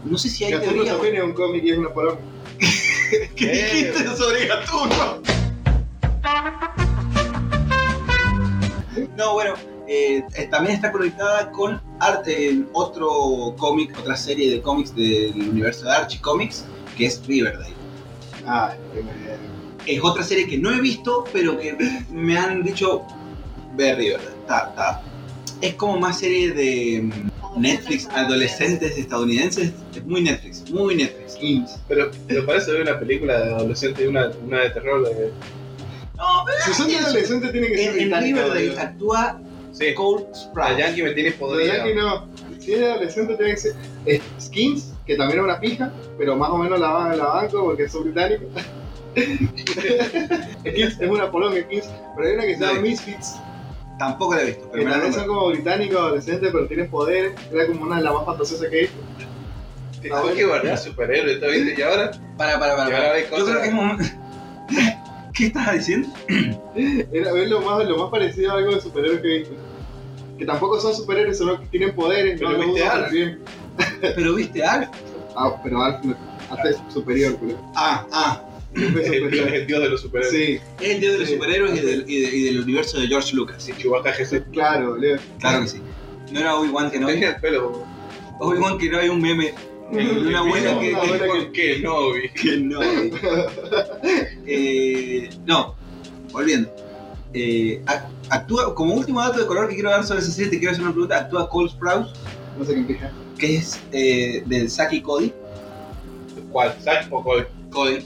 no sé si hay Gatuno teoría. también es un cómic y es una paloma. ¿Qué Eh. dijiste sobre Gatuno? No, bueno, eh, eh, también está conectada con arte en otro cómic, otra serie de cómics del universo de Archie Comics, que es Riverdale. Ah, eh, Es otra serie que no he visto, pero que me han dicho ver Riverdale. Ta, ta. Es como más serie de mm, Netflix, adolescentes estadounidenses. Es muy Netflix, muy Netflix. Pero, pero para eso veo una película de adolescente y una, una de terror. De... No, pero Si son adolescentes tienen que ser en, en británicos, Riverdale güey. actúa Sí, Cole la Sprouse. Yankee me tiene De podrida. verdad que no. Si es adolescente tiene que ser eh, Skins, que también era una pija, pero más o menos la, ba- la banco porque son británicos. Skins es una polonga, Skins, pero hay una que se llama Sí. Misfits, Tampoco la he visto, que pero me la también nombran. son como británicos, adolescentes, pero tienen poder. Era como una de las más fantasiosas que hay. Te tengo que guardar superhéroe, ¿está bien? Y ahora. Para, para, para. Y para. ahora ve Ah, Yo cosas- creo que es momento. ¿Qué estás diciendo? Era es lo más, lo más parecido a algo de superhéroes que he visto. Que tampoco son superhéroes, solo que tienen poderes, Pero no los viste usan Alf. para bien. ¿Pero viste algo? Ah, pero Alf no. Alf es superior, culo. Ah, ah. Alf es Es el, superior. el dios de los superhéroes. Sí. Es el dios de los Sí. superhéroes y del, y de- y del universo de George Lucas. Sí, Chewbacca Jesús. Claro, Leo. Claro que sí. No era Obi-Wan que no Tenía el pelo. Obi-Wan que no hay un meme de una abuela que. Una abuela ¿Por qué no, vi? que no. hay. Eh, no, volviendo. Eh, ac- actúa, como último dato de color que quiero dar sobre esa serie, te quiero hacer una pregunta. Actúa Cole Sprouse, No sé qué queja. que es eh, de Saki Cody. ¿Cuál? ¿Sabes o cuál? Cody.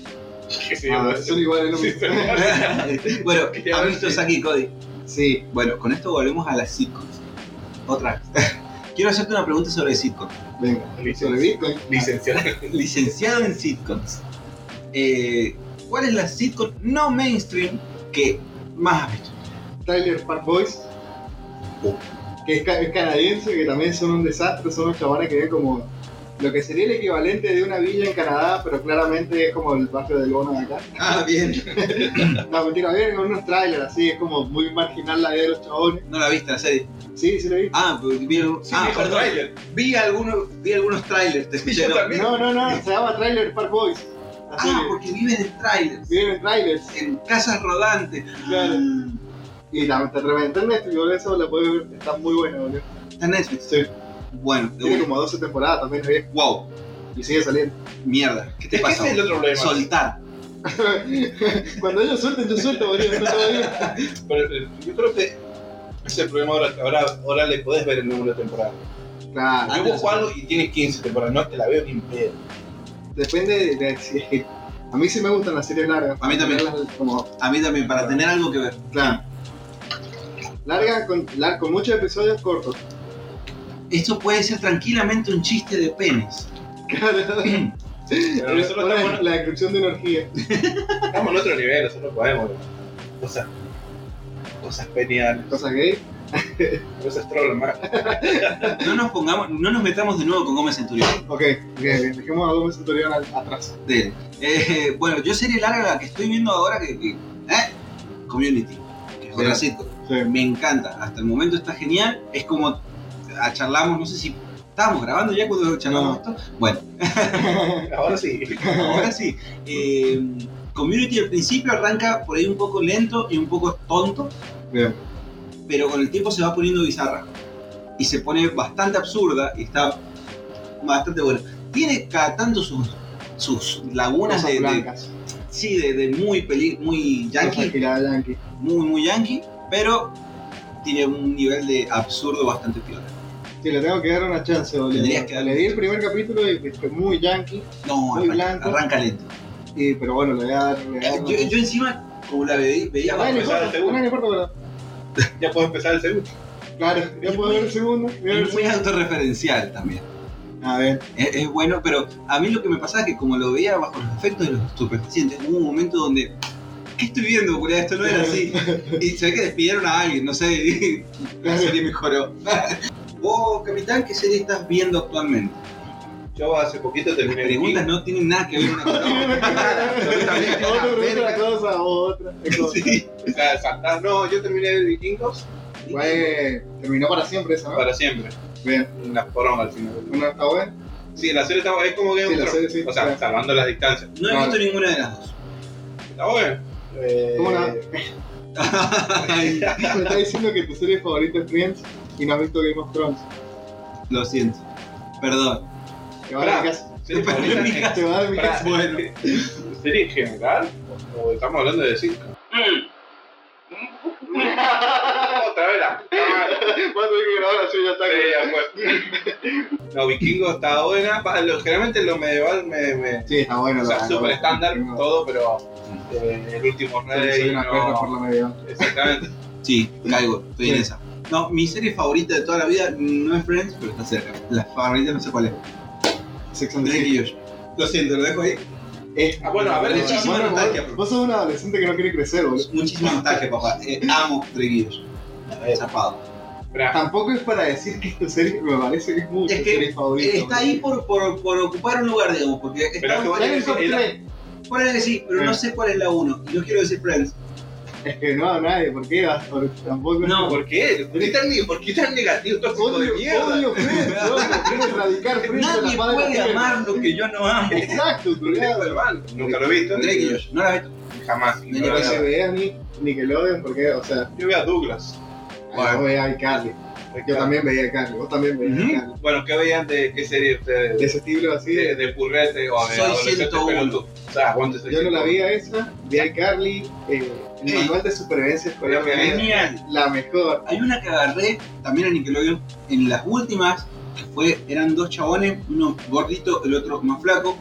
Que se Ah, llama. son iguales, lo Sí, mismo. bueno, Que ya ¿has ves visto que- Saki Cody? Sí, Bueno, con esto volvemos a las sitcoms. Otra vez. Quiero hacerte una pregunta sobre sitcoms. venga. Sobre Bitcoin. Licenciado. Ah, Licenciado en sitcoms. eh, ¿Cuál es la sitcom no mainstream que más has visto? Tyler Park Boys. Que es, ca- es canadiense, que también son un desastre. Son unos chavales que ven como lo que sería el equivalente de una villa en Canadá, pero claramente es como el barrio del bono de acá. Ah, bien. No, mentira, vienen con unos trailers así, es como muy marginal la vida de los chabones. No la viste la serie. Sí, sí lo vi. Ah, pero vi, Sí, ah, dijo perdón. Tyler. Vi algunos, vi algunos trailers, te escuché. yo ¿no? también. No, no, no, se llama Trailer Park Boys. La Ah, serie. porque viven en trailers, Viven en trailers. en casas rodantes. Claro. Y la te reventó en Netflix, boludo, eso la puedes ver, está muy buena, boludo. Está en Netflix. Sí. Bueno, de Tiene una. como 12 temporadas también, la vieja, wow, y sigue saliendo. mierda, ¿qué te Es que pasa? ese es el otro problema. Soltar. Cuando ellos suelten, yo suelto, boludo, no todo bien. Pero, eh, yo creo que ese es el problema ahora, que ahora, ahora le podés ver el número de temporadas. Claro, Ah, Yo busco algo y tiene 15 temporadas, no te la veo ni en pedo. depende de, de si es que. A mí sí me gustan las series largas. A mí también. Como, A mí también, para tener algo que ver. claro. Largas con, lar- con muchos episodios cortos. Esto puede ser tranquilamente un chiste de penes. Claro. Pero nosotros Una- estamos, la descripción de una orgía. estamos en otro nivel, nosotros podemos. Cosas. Cosas geniales, Cosas gay. cosas troll, más. No nos pongamos, no nos metamos de nuevo con Gómez Centurión. Ok, ok, dejemos a Gómez Centurión al- atrás. de él. Eh, bueno, yo serie larga la que estoy viendo ahora que, que- ¿eh? Community, que es otra Sí. sitcom. Sí. Me encanta, hasta el momento está genial. Es como ah, charlamos, no sé si estábamos grabando ya cuando charlamos esto. Bueno, Ahora sí. ahora sí. Eh, Community al principio arranca por ahí un poco lento y un poco tonto, Bien. pero con el tiempo se va poniendo bizarra y se pone bastante absurda y está bastante buena. Tiene cada tanto sus, sus lagunas Cosas de- de, blancas. Sí, de, de muy peli, muy Cosas yankee, que la yankee. muy muy yankee, pero tiene un nivel de absurdo bastante piola. Sí, le tengo que dar una chance, boludo. Tendrías que darle Le di el chance. primer capítulo y fue muy yankee. No, Muy arranca, blanco. arranca lento. y- pero bueno, le voy a dar. Le voy a dar Yo, una yo chance. encima, como la veía, veía Ah, no empezar importa, el segundo. no, no importa, pero. Ya puedo empezar el segundo. Claro, ya puedo ver el segundo. voy a ver el es muy autorreferencial también. segundo. A ver, Es, es bueno, pero a mí lo que me pasaba es que como lo veía bajo los efectos de los estupefacientes, hubo un momento donde... ¿Qué estoy viendo, culé? Esto no era así. Y se ve que despidieron a alguien, no sé, y la serie mejoró. Vos, capitán, ¿qué serie estás viendo actualmente? Yo hace poquito Las terminé. preguntas no tienen nada que ver una con la otra. otra, otra cosa, otra cosa. Sí. O sea, saltar. No, yo terminé el Vikingos Fue- terminó para siempre esa, ¿no? para siempre. Bien, Una porón al final. bueno, está bueno. Sí, la serie está buena. Es como Sí, Game of la Thrones. serie sí. O sea, Claro. salvando las distancias. No he Claro. visto ninguna de las dos. Está buena. Eh, ¿Cómo la- Ay, Me está diciendo que tu serie favorita es Friends y no has visto Game of Thrones. Lo siento. Perdón. Te va a dar Pará. casa. serie Pero favorita mi en- casa. Te va a dar mi Pará. casa. Bueno. ¿Serie en general? ¿O estamos hablando de sitcom? Otra vez la puta madre. Vas a tener Mm. que grabar así, ya está. No, Vikingo está buena. Pa- lo- Generalmente lo medieval me. me Sí, está bueno. o sea, la- súper la- estándar, la- todo, pero. eh, el último Soy rey. una no- perra por la media. Exactamente. Sí, caigo. Estoy en Sí. esa. No, mi serie favorita de toda la vida no es Friends, pero está cerca. La favorita no sé cuál es. Sex and the Drake City. y Josh. Lo siento, lo dejo ahí. Eh, Ah, bueno, a ver, muchísima bueno, nostalgia, vos- bro. Vos sos un adolescente que no quiere crecer, boludo. Muchísimo nostalgia, papá. Eh, amo Drake y Josh. Zapado. Esperá. Tampoco es para decir que esta serie me parece que es mucho Es tu que serie favorita. Está ahí por, por, por ocupar un lugar, digamos, porque Pero estamos- es Ya la encontré. Ponele que sí, pero no sé cuál es la 1. Y no quiero decir Friends. Es que no, nadie, ¿por qué? vas por- Tampoco es- No, ¿Por qué? ¿Por qué tan, por qué tan negativo? Estos hijos de Odio, mierda. odio Friends, odio Quiero erradicar Friends de Nadie la faz de la puede tierra. amar lo que yo no amo. Exacto, Rodrigo culiado. del Val. Nunca lo he visto. Drake y Josh, no la ves. Jamás. Ni No lo Ni SBA veo. ni Nickelodeon, porque, o sea, Yo veía a Douglas. yo veía a iCarly. Yo también veía a iCarly, vos también veías a Ujú. iCarly. Bueno, ¿qué veían de qué serie ustedes? De ese estilo así, de, de purrete o de Soy adolescente 101. pelotudo. O sea, aguante yo no la vi a esa, vi a iCarly, eh, el manual de supervivencia escolar Pero me dio Genial. la mejor. Hay una que agarré también a Nickelodeon en las últimas, que fue, eran dos chabones, uno gordito, el otro más flaco.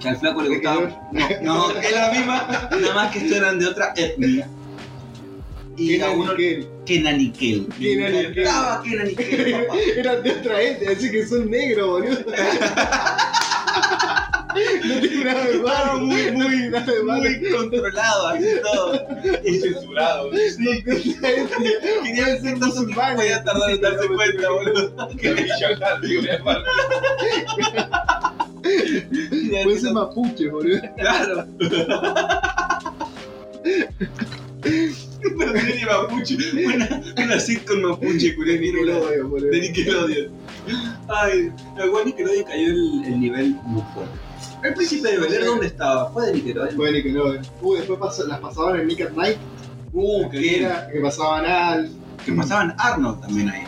Que al flaco le Drake y gustaba. No, no, es la misma, nada más que estos eran de otra etnia. Y a Kenan uno y Kel. Kenan y Kel. Me Kenan y Kel. encantaba Kenan y Kel, papá. Eran de otra etnia, así que son negros, boludo. No tiene nada de malo, muy, muy, nada de malo. Muy controlado, así todo. censurado. Sí, De otra etnia. quería el sexto que eh. podía tardar en darse cuenta, boludo. Quería Puede el ser mapuche, boludo. Claro. Una serie mapuche. Una, una sitcom mapuche, culé, bien boludo. Nickelodeon, boludo. De Nickelodeon. Ay, igual Nickelodeon cayó el, el nivel muy fuerte. El príncipe de Bel Air, ¿dónde estaba? Fue de Nickelodeon. eh. Fue de Nickelodeon. Uh, después pasó- las pasaban en Nick at Night. Uh, qué que, bien. era, que pasaban al. Que pasaban Arnold también ahí.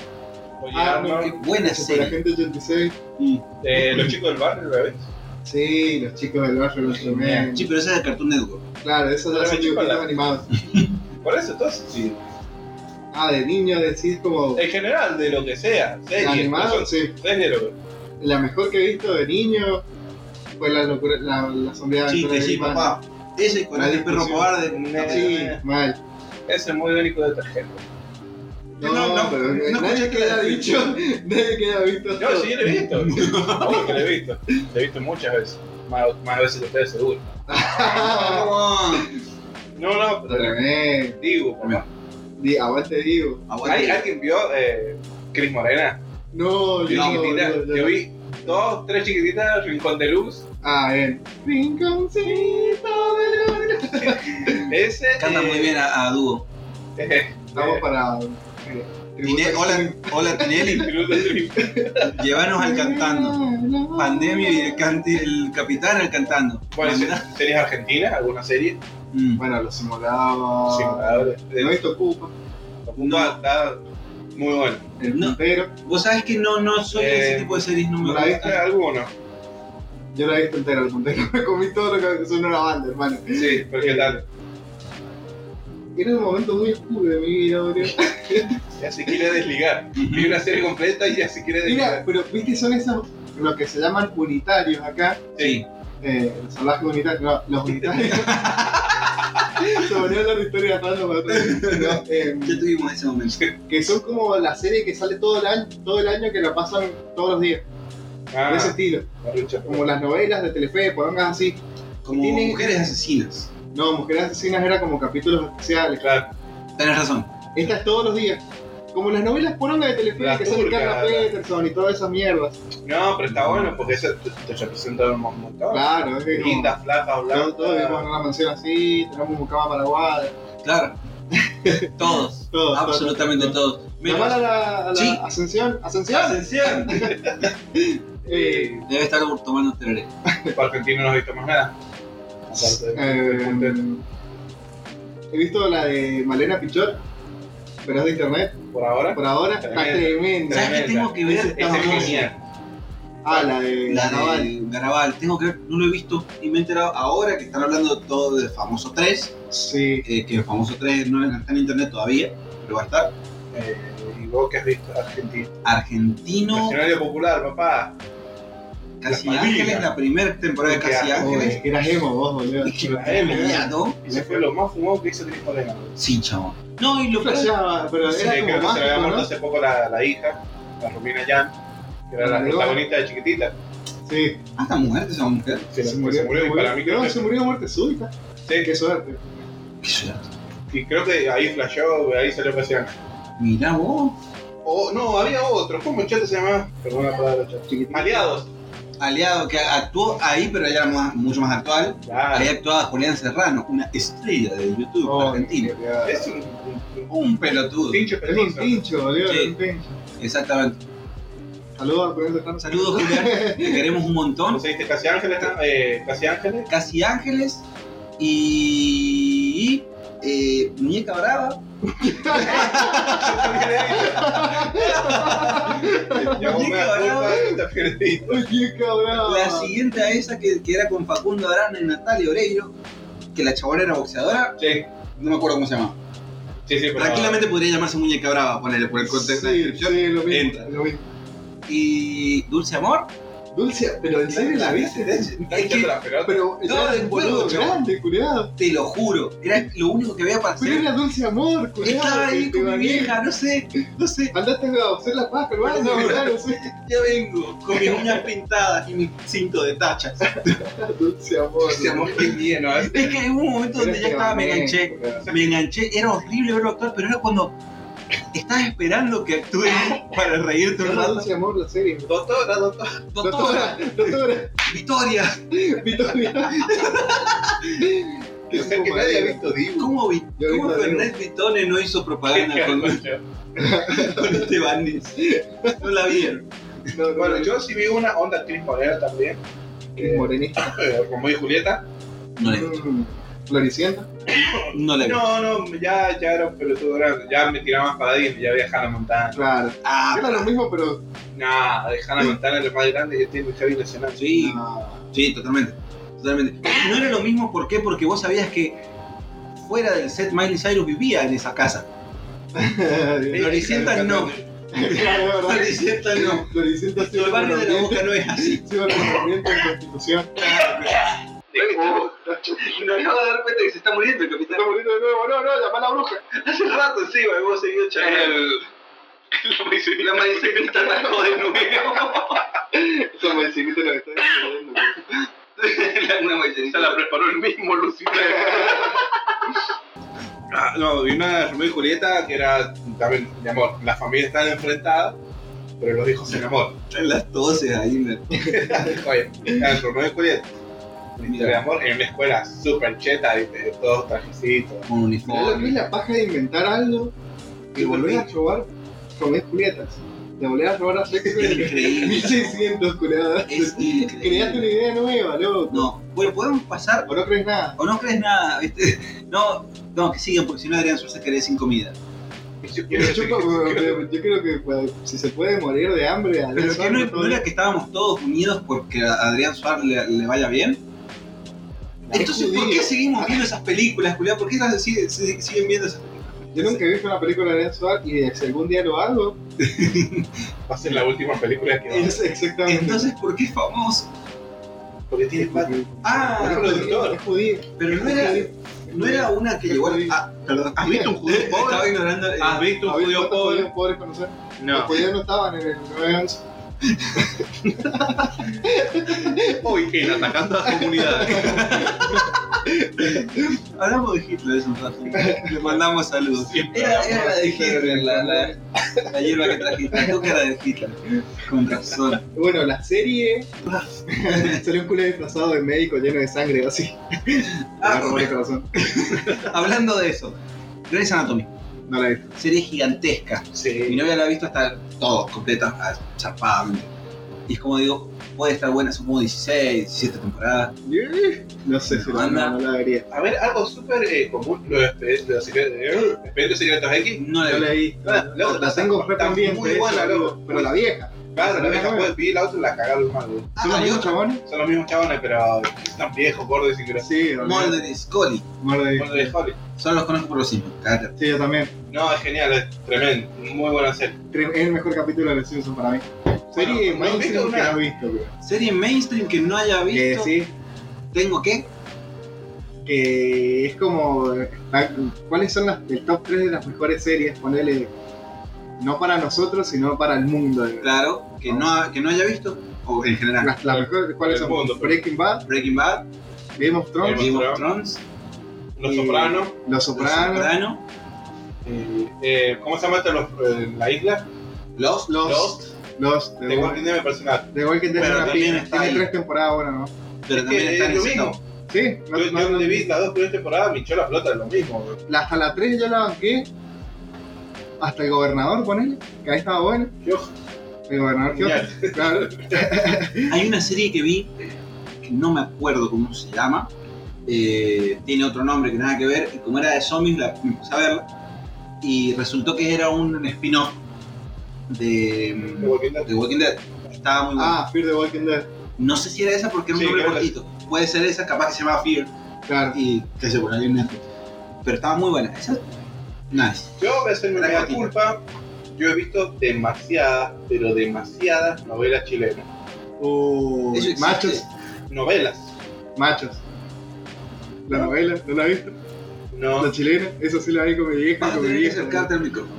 Oye, Ah, Qué Arnold, buena Super serie. Agente 86. Mm. eh, los chicos del barrio, la vez. Sí, los chicos del barrio, los tremendos. Sí, pero esa es de Cartoon Network. Claro, esos eran Los los chicos dibujitos la- animados. Por eso, entonces, sí. Ah, de niño decís como. En general, de lo que sea, series, Animado, no son- sí. series, lo que- La mejor que he visto de niño fue la locura, la, la sombría Sí, aventura que de sí, Batman. papá. Ese con La el perro discusión. cobarde. Sí, mal. Ese es muy único de tarjeta. No, No, no, pero no nadie escuché que haya la dicho, descripción. nadie que haya visto. Yo sí, lo he visto. Obvio que lo he visto. Lo he visto muchas veces. Más, más veces que ustedes, seguro. Ah, No, no, pero Tremendo. digo, papá. Di- Aguante Diego. ¿Hay- Aguante. ¿Alguien vio eh, Cris Morena? No, Yo yo, chiquitita, yo- yo- yo vi dos, tres chiquititas, Rincón de Luz. Ah, bien. Rinconcito de luna. Ese. eh, Canta muy bien a, a dúo. Estamos para. Tine- hola, hola Tinelli. Llévanos al cantando. Pandemia y el, canti- el capitán al cantando. Bueno, Mandá- se- series argentinas, alguna serie. Mm. Bueno, los simulados. Simuladores. No he visto Cupa, No, está muy bueno. el Mm. No. puntero. Vos sabés que no, no soy de ese Eh, tipo de series, no ¿la me viste? ¿Viste gustan. alguno? Yo lo he visto entero, el puntero. Me comí todo lo que sonó la banda, hermano. Sí, pero ¿qué tal? Era un momento muy oscuro de mi vida, boludo. Ya se quiere desligar. Vi una serie completa y ya se quiere Mira, desligar. pero viste, son esos, los que se llaman unitarios acá. Sí. Eh, son las unitarios, no, los unitarios. Se volvió a hablar de historia random para otra vez. No, eh, Ya tuvimos ese momento. em, que son como la serie que sale todo el año, todo el año que la pasan todos los días, de ese Ah, estilo. Marucha. Como las novelas de Telefe, porongas así. Como Tiene- mujeres asesinas. No, Mujeres Asesinas era como capítulos especiales. Claro, Tenés razón. Esta es todos los días. Como las novelas porongas de Telefe Las que sale turcas, Carla las- Peterson y todas esas mierdas. no, pero está bueno porque eso te, te representa un montón. Claro, es que como- Linda, flaca, Todos todos vivimos en blanca. una mansión así, tenemos un cama paraguada, Claro. Todos. todo. Absolutamente todos. Llamar a Menos. la, a la Sí. ascensión, ascensión. Ascensión. Eh, Debe estar tomando tereré. Para Argentina no has visto más nada. Aparte de- eh, he visto la de Malena Pichot, pero es de internet. por ahora. Por ahora está tremenda. Pues, ¿Sabes qué tengo que ver? Ese es famoso. genial. Ah, la de La Naval. de Garabal. Tengo que ver, no lo he visto y me he enterado ahora que están hablando todo de Famoso 3, Sí. eh, que el Famoso 3 no está en internet todavía, pero va a estar. Eh, ¿Y vos qué has visto? Argentina. Argentino, Nacionario Popular, papá. Casi Las Malvinas. Ángeles, la primera temporada de Qué Casi asco, Ángeles. Joder, que eras emo vos, boludo. Es que Eras emo, emo. Peleado. Ese fue lo más fumado que hizo Cris Morena. Sí, chabón. No, y Yo lo que flasheaba, pero Sí, era eh, creo como que se le había mágico, muerto ¿no? hace poco la, la hija, la Romina Yan, que era la Pero- protagonista de chiquitita. Sí. Ah, está muerta esa mujer. Que se murió, y para mí creo No, que se murió de muerte súbita. sí, Qué suerte. Qué suerte. y creo que ahí flashó, ahí salió Casi Ángel. Mirá vos. O no, había otro, ¿cómo chato se llamaba? Perdón la palabra chato. Chiquitito. Aliados. Aliado que actuó ahí, pero ya era más- mucho más actual. Ahí Claro. actuaba Julián Serrano, una estrella de YouTube Oh, argentino. Es un, un, Un pelotudo. un pincho Es un petizo. pincho, boludo. Sí. es un pincho. Exactamente. Saludos a Julián Serrano. Saludos, Julián. Te queremos un montón. ¿Conseguiste Casi Ángeles? ¿no? Eh, Casi Ángeles. Casi Ángeles y. eh, Muñeca Brava. Ya vos me das culpa, también le digo. Oye, cabrón. La siguiente a esa que, que era con Facundo Arana y Natalia Oreiro, que la chabona era boxeadora. Sí, No me acuerdo cómo se llama. sí, sí, pero- Tranquilamente podría llamarse Muñeca Brava, ponele por el contexto de la Sí, descripción. sí, lo mismo, entra. lo mismo. Y Dulce Amor. Dulce, pero en serio la viste. Está echando la pelota. Pero No, era de un boludo juego, chaval. grande, culiado. Te lo juro, era lo único que había para Pero hacer. era dulce amor, culiado. Estaba ahí este, con mi Daniel. vieja, no sé, no sé. Andaste a hacer la paja, hermano. No, No, no. claro, sí. Ya vengo, con mis uñas pintadas y mi cinto de tachas. Dulce amor. Ese amor que tiene, ¿no? Es que hubo un momento donde este ya estaba, me enganché. Me enganché, era horrible verlo actuar, pero era cuando estás esperando que actúe para reírte un Era rato. dulce amor la serie. Doctora, doctora. Doctora, doctora, Victoria, Victoria. Yo sé que nadie ha visto Dibu. ¿cómo, vi- Yo vi cómo la Fernet Vitone no hizo propaganda con, Bueno, con este bandis? No la vieron. No, no, no, yo sí vi una onda Cris Morena también, es morenista. eh, como y Julieta. No la Mm, Floricienta. No la vi. No, no, ya, ya era un pelotudo grande. Ya me tiraba más para Disney, ya vi a Hannah Montana. Claro. Ah, Era lo mismo, pero. Nah, de Hannah Montana es lo más grande que tiene Javi Nacional. sí, ah, sí, totalmente. Totalmente. No era lo mismo, ¿por qué? Porque vos sabías que fuera del set Miley Cyrus vivía en esa casa. Floricienta no. Claro, ¿verdad? Floricienta no. Floricienta ha sido El barrio de la boca reconocido- no es así. ha sido reconocimiento en Constitución. Me acabo de dar cuenta que se está muriendo el capitán. Está muriendo de nuevo, no, no, llama a la bruja. Hace rato encima hemos seguido charlando. La maicena arrancó de nuevo. Esa manecita la está destruyendo. Una maicenita la preparó el mismo Lucifer. Ah, no, vi una de Romeo y Julieta que era también de amor. Las familias estaban enfrentadas, pero los hijos en amor. Están las toses ahí. ¿no? Oye, eran Romeo y Julieta. Una historia de amor en una escuela súper cheta, y de todos trajecitos. Con Mirá Oh, lo que es uniforme. la paja de inventar algo y volver a robar con Julietas. De volver a robar a sexo Es en increíble. 1600, culeada. Es Creaste una increíble. idea nueva, loco. No, bueno, podemos pasar. O no crees nada. O no crees nada, ¿viste? No, no, que sigan, porque si no, Adrián Suárez se quedaría sin comida. Yo Yo, chupo, pero yo creo que pues, si se puede morir de hambre, a Pero ver, que no, todo no era que estábamos todos unidos porque a Adrián Suárez le, le vaya bien. bien. Entonces, ¿por qué seguimos viendo esas películas, Julián? ¿Por qué esas- sig- sig- siguen viendo esas películas? Yo nunca he visto una película de Adrián Suárez y si algún día lo hago, Va a ser la última película que va a ver, es exactamente. Entonces, ¿por qué es famoso? Porque tiene plata. es Ah, judío, es judío. pero no era, no era una que llegó a... Ah, perdón. ¿Has visto un judío Estaba pobre? ignorando... eh, ¿Has visto un ¿Habéis judío cuántos pobre? judíos pobres conocer? Los Ah, No. judíos no estaban en el 911. Uy, el atacando a las comunidades. Hablamos de Hitler hace un rato. Le mandamos saludos. Era, era la de Hitler, la, la, la hierba que trajiste. La toca era de Hitler. Con razón. Bueno, la serie salió un culo disfrazado de médico lleno de sangre, así. Ah, Me robó el corazón. Hablando de eso. Grey's Anatomy. No la he visto. Serie gigantesca. Mi Sí. novia la ha visto hasta todo, completa, a- chapada. Y es como digo, puede estar buena, son como 16, 17 temporadas. No sé si la, Anda. no, no la vería. A ver, algo súper eh, común, los expedientes los secretos- eh, expedientes secretos X. No la No vi. la he visto. Ah, La, loco, está- tengo re está pendiente. muy buena, esa, loco. boludo, Pero la vieja. Claro, la vieja puede pedir la otra y la cagaron mal, güey. ¿Son los hay mismos otra. chabones? Son los mismos chavales, pero están viejos, gordos y groseros. Sí, boludo. Mulder y Scully. Mulder. Gordos de Holly. Solo los conozco por los Simpsons. cállate. Sí, yo también. No, es genial, es tremendo. Muy buena serie. Tre- Es el mejor capítulo de los Simpsons para mí. Serie no, más ¿viste que una? no he visto, creo. Serie mainstream que no haya Que visto. sí, ¿Tengo qué? que es como está- cuáles son las, el top 3 de las mejores series, ponele no para nosotros, sino para el mundo. de verdad. Claro, que no, ha- que no haya visto. O en general. Las, las mejores, para ¿cuáles el son? mundo. Breaking Bad, Breaking Bad, Game of Thrones, Game Game of of Thrones, Los y- Sopranos. Los Los Sopranos, Soprano, eh, eh, ¿Cómo se llama esta los- eh, la isla? Los. Los, Los, Lost. The, De Walking, Walking Dead me parece una- The Walking Dead Pero es una también pija, está tiene ahí. tres temporadas, bueno, ¿no? Pero Es también que está es en lo ese mismo. top. Sí, no, Yo, no- yo le vi las dos primeras temporadas, me hinchó la flota de lo mismo, güey. la- hasta la 3 yo la banqué, hasta el gobernador, ponele, que ahí estaba bueno. Qué ojo. El gobernador, ¿qué Genial. ojo? Claro. Hay una serie que vi, que no me acuerdo cómo se llama, eh, tiene otro nombre que nada que ver, y como era de zombies, la me puse a verla, y resultó que era un spin-off de, The Walking Dead. mm, de Walking Dead. Estaba muy bueno. Ah, Fear the Walking Dead, No sé si era esa porque era un Sí, nombre creo que cortito. Puede ser esa, capaz que se llamaba Fear, claro. y que se ponía en Netflix. Pero estaba muy buena. Esa, nice. Yo voy a hacer mi Era mea cortito. culpa. Yo he visto demasiadas, pero demasiadas novelas chilenas. Uh, Eso existe. machos, Novelas. machos. La novela, ¿no la viste? No. La chilena, eso sí la vi con mi vieja, Vas a con mi tener que vieja. acercarte al micrófono.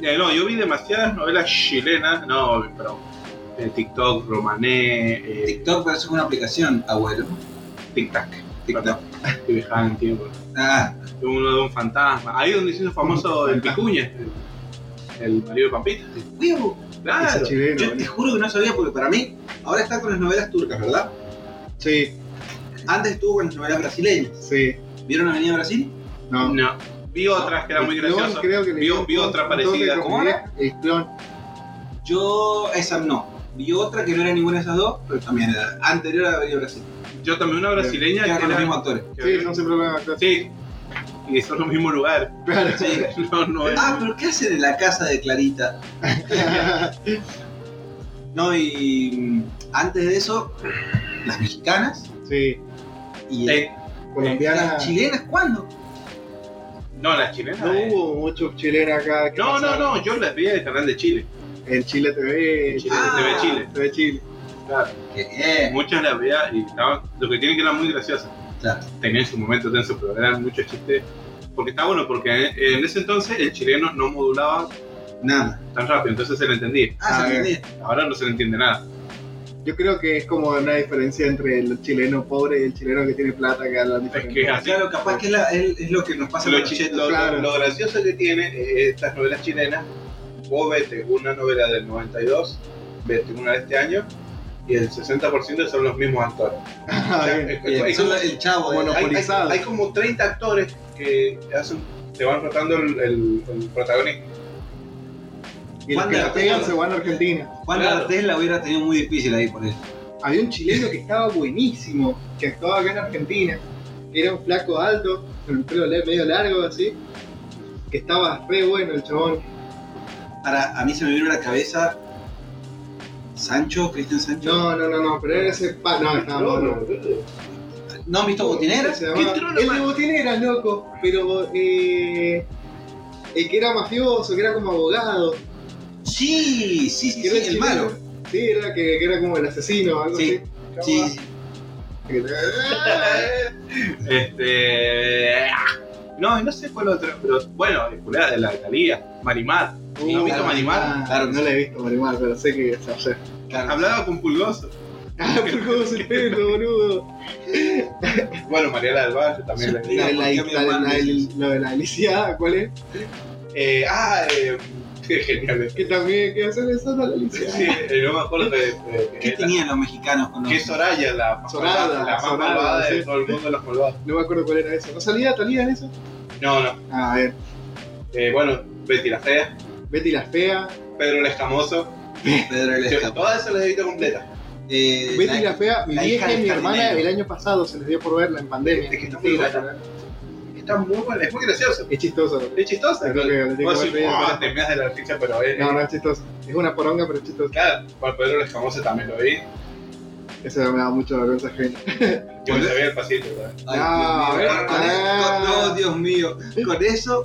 Ya, Ah, no, yo vi demasiadas novelas chilenas. No, pero. eh, TikTok, Romané, eh, TikTok parece una aplicación, abuelo. Tic Tac. TikTok. Que viajaban en tiempo. Ah, Uno de un fantasma. Ahí donde se hizo famoso el Picuña. El marido de Pampita. huevo. Esa Claro. chilena, Yo te boludo. juro que no sabía porque para mí ahora está con las novelas turcas, ¿verdad? Sí, Antes estuvo con las novelas brasileñas. sí. ¿Vieron Avenida Brasil? No. No. Vi otras que eran muy El clon, graciosas. creo que le Vio- dio vio un- otra un toque parecida. con ¿Cómo mi era? vieja, El clon. Yo esa no. Vi otra que no era ninguna de esas dos, pero también era anterior a Avenida Brasil. yo también una brasileña Quedan que con los era- mismos actores. que- Sí, son siempre las clases. sí. Y son los mismos lugares. Claro. Sí. No, no es. Ah, pero ¿qué hacen en la casa de Clarita? No, y mm, antes de eso, las mexicanas sí. y Eh, las Colombiana. chilenas, ¿cuándo? no, las chilenas. No eh. hubo muchos chilenos acá. que no, no, pasaban no, yo las vi en el canal de Chile. En Chile TV. En Chile Ah. TV Chile. TV Chile. Que, eh, Muchas las veía y estaban. Lo que tienen que eran muy graciosas. Claro. Tenían su momento tenso, pero eran muchos chistes. Porque está bueno, porque en, en ese entonces el chileno no modulaba nada. tan rápido, entonces se le entendía. Ah, A se ver. entendía. Ahora no se le entiende nada. Yo creo que es como una diferencia entre el chileno pobre y el chileno que tiene plata, que hablan Es diferente. que es así. Claro, capaz que es, la- es- es lo que nos pasa Lo, con los chi- chetos. lo- claro. lo gracioso que tiene eh, estas novelas chilenas, vos vete una novela del 92, vete una de este año, y el 60% son los mismos actores. O sea, es- es- Eh, es son como- el chavo. Bueno, hay, hay- monopolizados. hay como 30 actores que hacen, te van rotando el, el- el protagonista. y los que Juan la de- pegan se van a Argentina. Juan claro. Artés la hubiera tenido muy difícil ahí por eso. Había un chileno que estaba buenísimo, que actuaba acá en Argentina. Era un flaco alto, con el pelo le- medio largo así. Que estaba re bueno el chabón. Para, a mí se me vino a la cabeza Sancho, Cristian Sancho. No, no, no, no, pero era ese pa. No, estaba Ah, bueno. No, ¿No han visto Eh, Botineras? Se llamaba- ¿Qué trono, El de man? Botinera, loco, pero eh, el que era mafioso, que era como abogado. Sí, sí, sí, que era sí, el chileno. malo. Sí, era que, que era como el asesino, algo Sí, así. Sí, sí. Que- Este. No, no sé cuál otro, pero bueno, la de la Talía, Marimar. ¿No Uh, has visto Marimar? ah, Claro, no la he visto Marimar, pero sé que es hacer. Claro. Hablaba con Pulgoso. Ah, por cómo se entiende, boludo. Bueno, Mariela del Valle también la La de la, Digamos, la, de la, ¿por qué mi hermano la de la Alicia, ¿cuál es? Eh, ah, eh, qué genial. Que también, que hacer eso no la Alicia. Sí, eh, no me acuerdo de, de- ¿Qué de- tenían los mexicanos con la- los que es Soraya, la, Sorada, la más Sorada, malvada de sí. todo el mundo de los malvados. No me acuerdo cuál era eso. ¿No salía Talía en eso? No, no. Ah, a ver. Eh, bueno, Betty la Fea, Betty la Fea. Pedro el Escamoso. Pedro el Yo- Escapo? Todas esas las he visto completa. Eh, Betty la la- Fea, mi la vieja hija y del mi hermana jardinero. el año pasado se les dio por verla en pandemia. Es que está muy buena. Está muy buena, es muy graciosa. Es chistoso. Es chistosa. Yo creo que la tengo Vos que decís, ver, "Ah, pero- te meas de la ficha, pero es. No, no es chistoso. Es una poronga, pero es chistoso. Claro, para Pedro el Escamoso también lo vi. Eso me da mucho vergüenza ajena. Yo me sabía el pasito. ¿verdad? Ay, Ah, a Dios mío, ver, con- con- ah. con- no, Dios mío. Ah. Con eso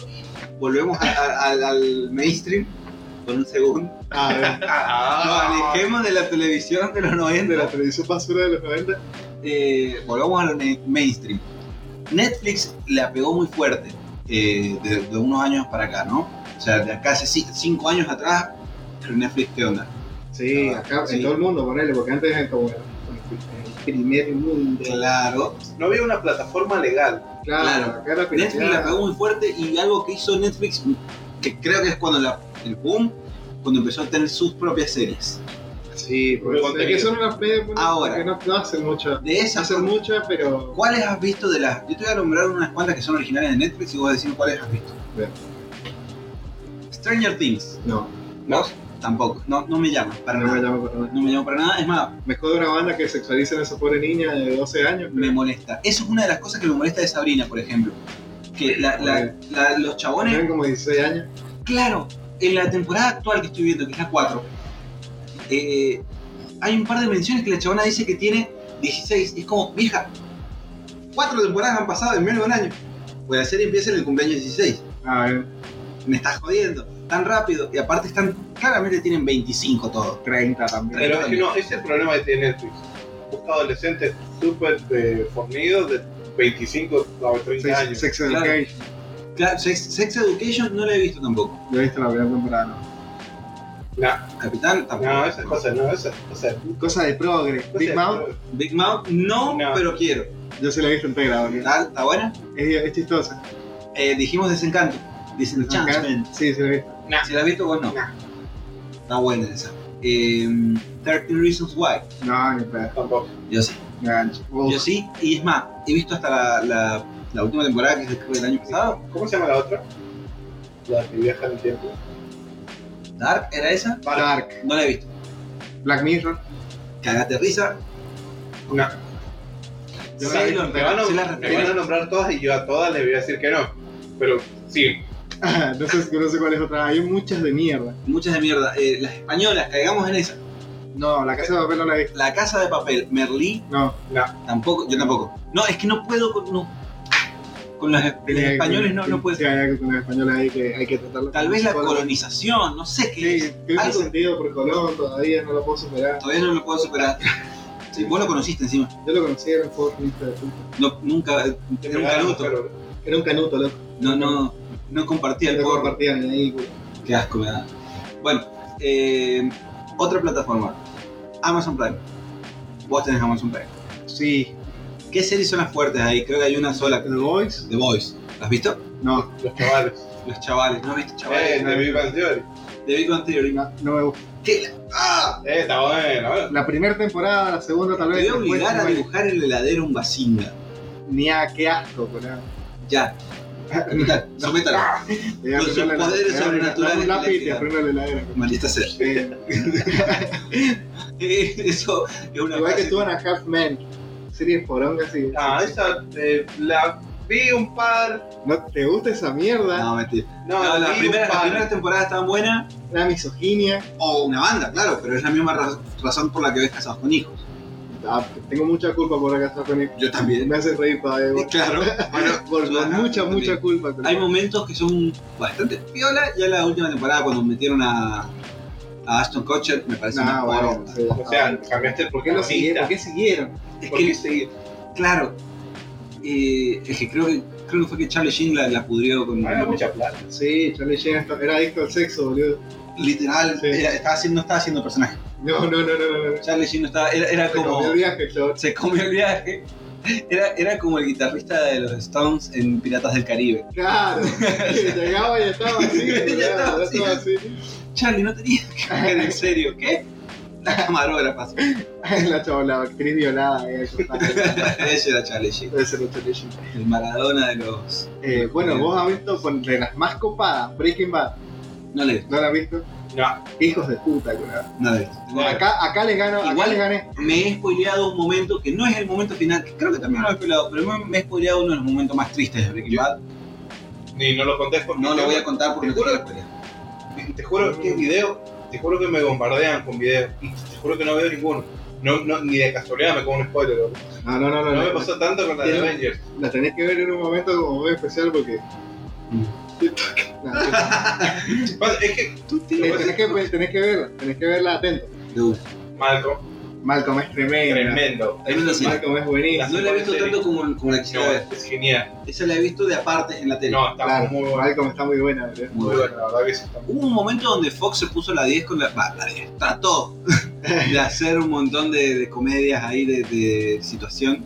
volvemos a- a- al, al mainstream. Con un segundo. A ver, Nos Ah, alejemos de la televisión de los de la 90. televisión basura de los 90. eh, volvamos al ne- mainstream. Netflix le apegó muy fuerte eh, de, de unos años para acá, ¿no? O sea, de acá hace ci- cinco años atrás, pero Netflix, ¿qué onda? Sí, Ah, acá sí. en todo el mundo, ponele, porque antes era como el primer mundo. Claro. no había una plataforma legal. Claro, Claro. acá era Netflix la pirateada. pegó muy fuerte y algo que hizo Netflix, que creo que es cuando la, el boom, cuando empezó a tener sus propias series. Sí, pues, Con es que son unas medias Ahora. que pues, no, no hacen muchas. De esas, Hacen muchas, pero. ¿cuáles has visto de las? Yo te voy a nombrar unas cuantas que son originales de Netflix y vos decís cuáles has visto. Bien. Stranger Things, No, tampoco, no, no me llama, para no me nada. llama para nada. No me llama para nada, es más, Me jode una banda que sexualicen a esa pobre niña de 12 años. me molesta. Eso es una de las cosas que me molesta de Sabrina, por ejemplo. Que la- la- la- los chabones Tienen como 16 años. Claro, en la temporada actual que estoy viendo, que es la 4, eh, hay un par de menciones que la chabona dice que tiene 16. Y es como, vieja, cuatro temporadas han pasado en menos de un año. Pues la serie empieza en el cumpleaños 16. A ver, Me estás jodiendo, tan rápido. Y aparte están, claramente tienen 25 todos. 30 también. Pero es que no, ese es el problema que tiene Netflix. Busca adolescentes súper eh, fornidos de 25 a 30 Sex, años. Sex Claro. Education. Claro, Sex, Sex Education no la he visto tampoco. Yo he visto la primera temporada. no. No, Capitán tampoco. no, esas cosas, no, esas cosas. Cosa de progre. cosas- Big Mouth, Big Mouth, no, No. pero quiero. yo se la he visto entera. boludo. ¿Está, está buena? Es, es chistosa. Eh, dijimos Desencanto. Disenchantment. Sí, se la he visto. Si la has visto vos no. Está buena esa. Eh, 13 Reasons Why. No, ni pedo. Tampoco. Yo sí. Gancho. Uf. Yo sí. Y es más, he visto hasta la, la- la última temporada que se escribió el año pasado. ¿Cómo se llama la otra? La que viaja en el tiempo. Dark era esa. Dark. No la he visto. Black Mirror. Cagate de risa. No. Te van, Sailor, me van a, se las me van a referencias. nombrar todas y yo a todas les voy a decir que no. Pero sí, no, sé, no sé cuál es otra. Hay muchas de mierda. Muchas de mierda. Eh, las españolas, caigamos en esa. No, la casa de papel no la vi. La casa de papel, Merlí, No, tampoco, yo tampoco. No, es que no puedo con. No. Con las, de los Hay- españoles no, sí, no puedo. Sí, hay algo con los españoles ahí que hay que tratarlo. Tal como vez la psicólogo. colonización, no sé qué. es. Sí, tiene algo- sentido por Colón, todavía no lo puedo superar. Todavía no lo puedo superar. Sí, vos lo conociste encima. Yo lo conocí, era un forro, hijo de puta. No, nunca, era un canuto. pero Era un canuto, loco. No, no, no compartía el Lo porro. compartían ahí, güey. Qué asco me da. Bueno, eh, otra plataforma. Amazon Prime. Vos tenés Amazon Prime. Sí. ¿Qué series son las fuertes ahí? Creo que hay una sola. ¿The Boys? The Voice. ¿Las has visto? No, los chavales. Los chavales. ¿No has visto chavales? Eh, de Big Bang Theory. The Big Bang Theory. no, no me gusta. ¿Qué? Eh, está bueno. eh. La primera temporada, la segunda Te tal vez. voy a después, obligar a no, dibujar en el heladero un basinga. Ni a qué asco, colega. Ya. Sométalo. Sométalo. Ah. Te voy a Con sus arruinar la- poderes te voy a arruinar- sobrenaturales dame Un lápiz y que te le arruino la heladera. Maldita sea. Sí. Eh, Eso es una Igual que frase. tú en a Half Men. Series porongas así. Ah, esa eh, la vi un par. ¿No te gusta esa mierda? No, mentira. No, No, la las vi primeras un las par. primeras temporadas estaban buenas. La misoginia. O una banda, claro, pero es la misma ra- razón por la que ves casados con hijos. Ah, tengo mucha culpa por acá estar con él. Yo también. Me hace reír todavía. güey. Claro. Por- por Claro, mucha, también. mucha culpa. Hay momentos que son bastante piola. Ya la última temporada, cuando metieron a, a Ashton Kutcher, me parece No, una Ah, bueno, poronga. sí. O sea, cambiaste el ¿Por qué lo siguieron? protagonista. ¿Por qué siguieron? Es ¿Por qué que, seguir? claro, eh, es que creo que creo que fue que Charlie Sheen la, la pudrió con. No era mucha plata. Sí, Charlie Sheen hasta- era adicto al sexo, boludo. Literal, Sí. era- estaba haciendo, no estaba haciendo personaje. No, no, no, no, no. no. Charlie Sheen no estaba. Era, era Se como. comió el viaje, yo. Se comió el viaje. Era, era como el guitarrista de los Stones en Piratas del Caribe. Claro. Llegaba y estaba así. Ya boludo, estaba ya así. estaba así. Charlie, no tenía que caer en serio, ¿qué? La camarógrafa. La chava, la actriz violada. eh, eso está. Ese era Charlie Sheen. Debe ser Charlie Sheen. El Maradona de los. Eh, bueno, vos has visto con de las más copadas, Breaking Bad, No le ¿no la has visto? No, Hijos de puta, culiao. no le Acá, acá les gano, acá Igual- les gané. Me he spoileado un momento que no es el momento final, que creo que también lo he spoileado, pero me- me he spoileado uno de los momentos más tristes de Breaking Bad. ni no lo conté porque No lo te- voy a contar porque no ¿Te quiero spoilear. juro? Te juro que video, te juro que me bombardean con videos y te juro que no veo ninguno. No, no, ni de casualidad me como un spoiler. boludo. No, no, no, no. No me la- pasó tanto con la de Pero- Avengers. La tenés que ver en un momento como muy especial porque. Mm. No, te- Pasa- Es que, te- tenés, que, tenés que verla, tenés que verla atento. De una. Malcolm, Malcolm es tremendo. tremendo. Tremendo sí. Malcolm es buenísimo. No la he visto tanto como, como la quisiera No, ver. es, es genial. Esa la he visto de aparte en la tele. No, está Claro, muy bueno. Malcolm está muy buena, boludo. Muy Muy buena. bueno, la verdad que sí. está muy- Hubo un momento donde Fox se puso la 10 con la. bah, la 10. Trató de hacer un montón de, de comedias ahí de, de situación.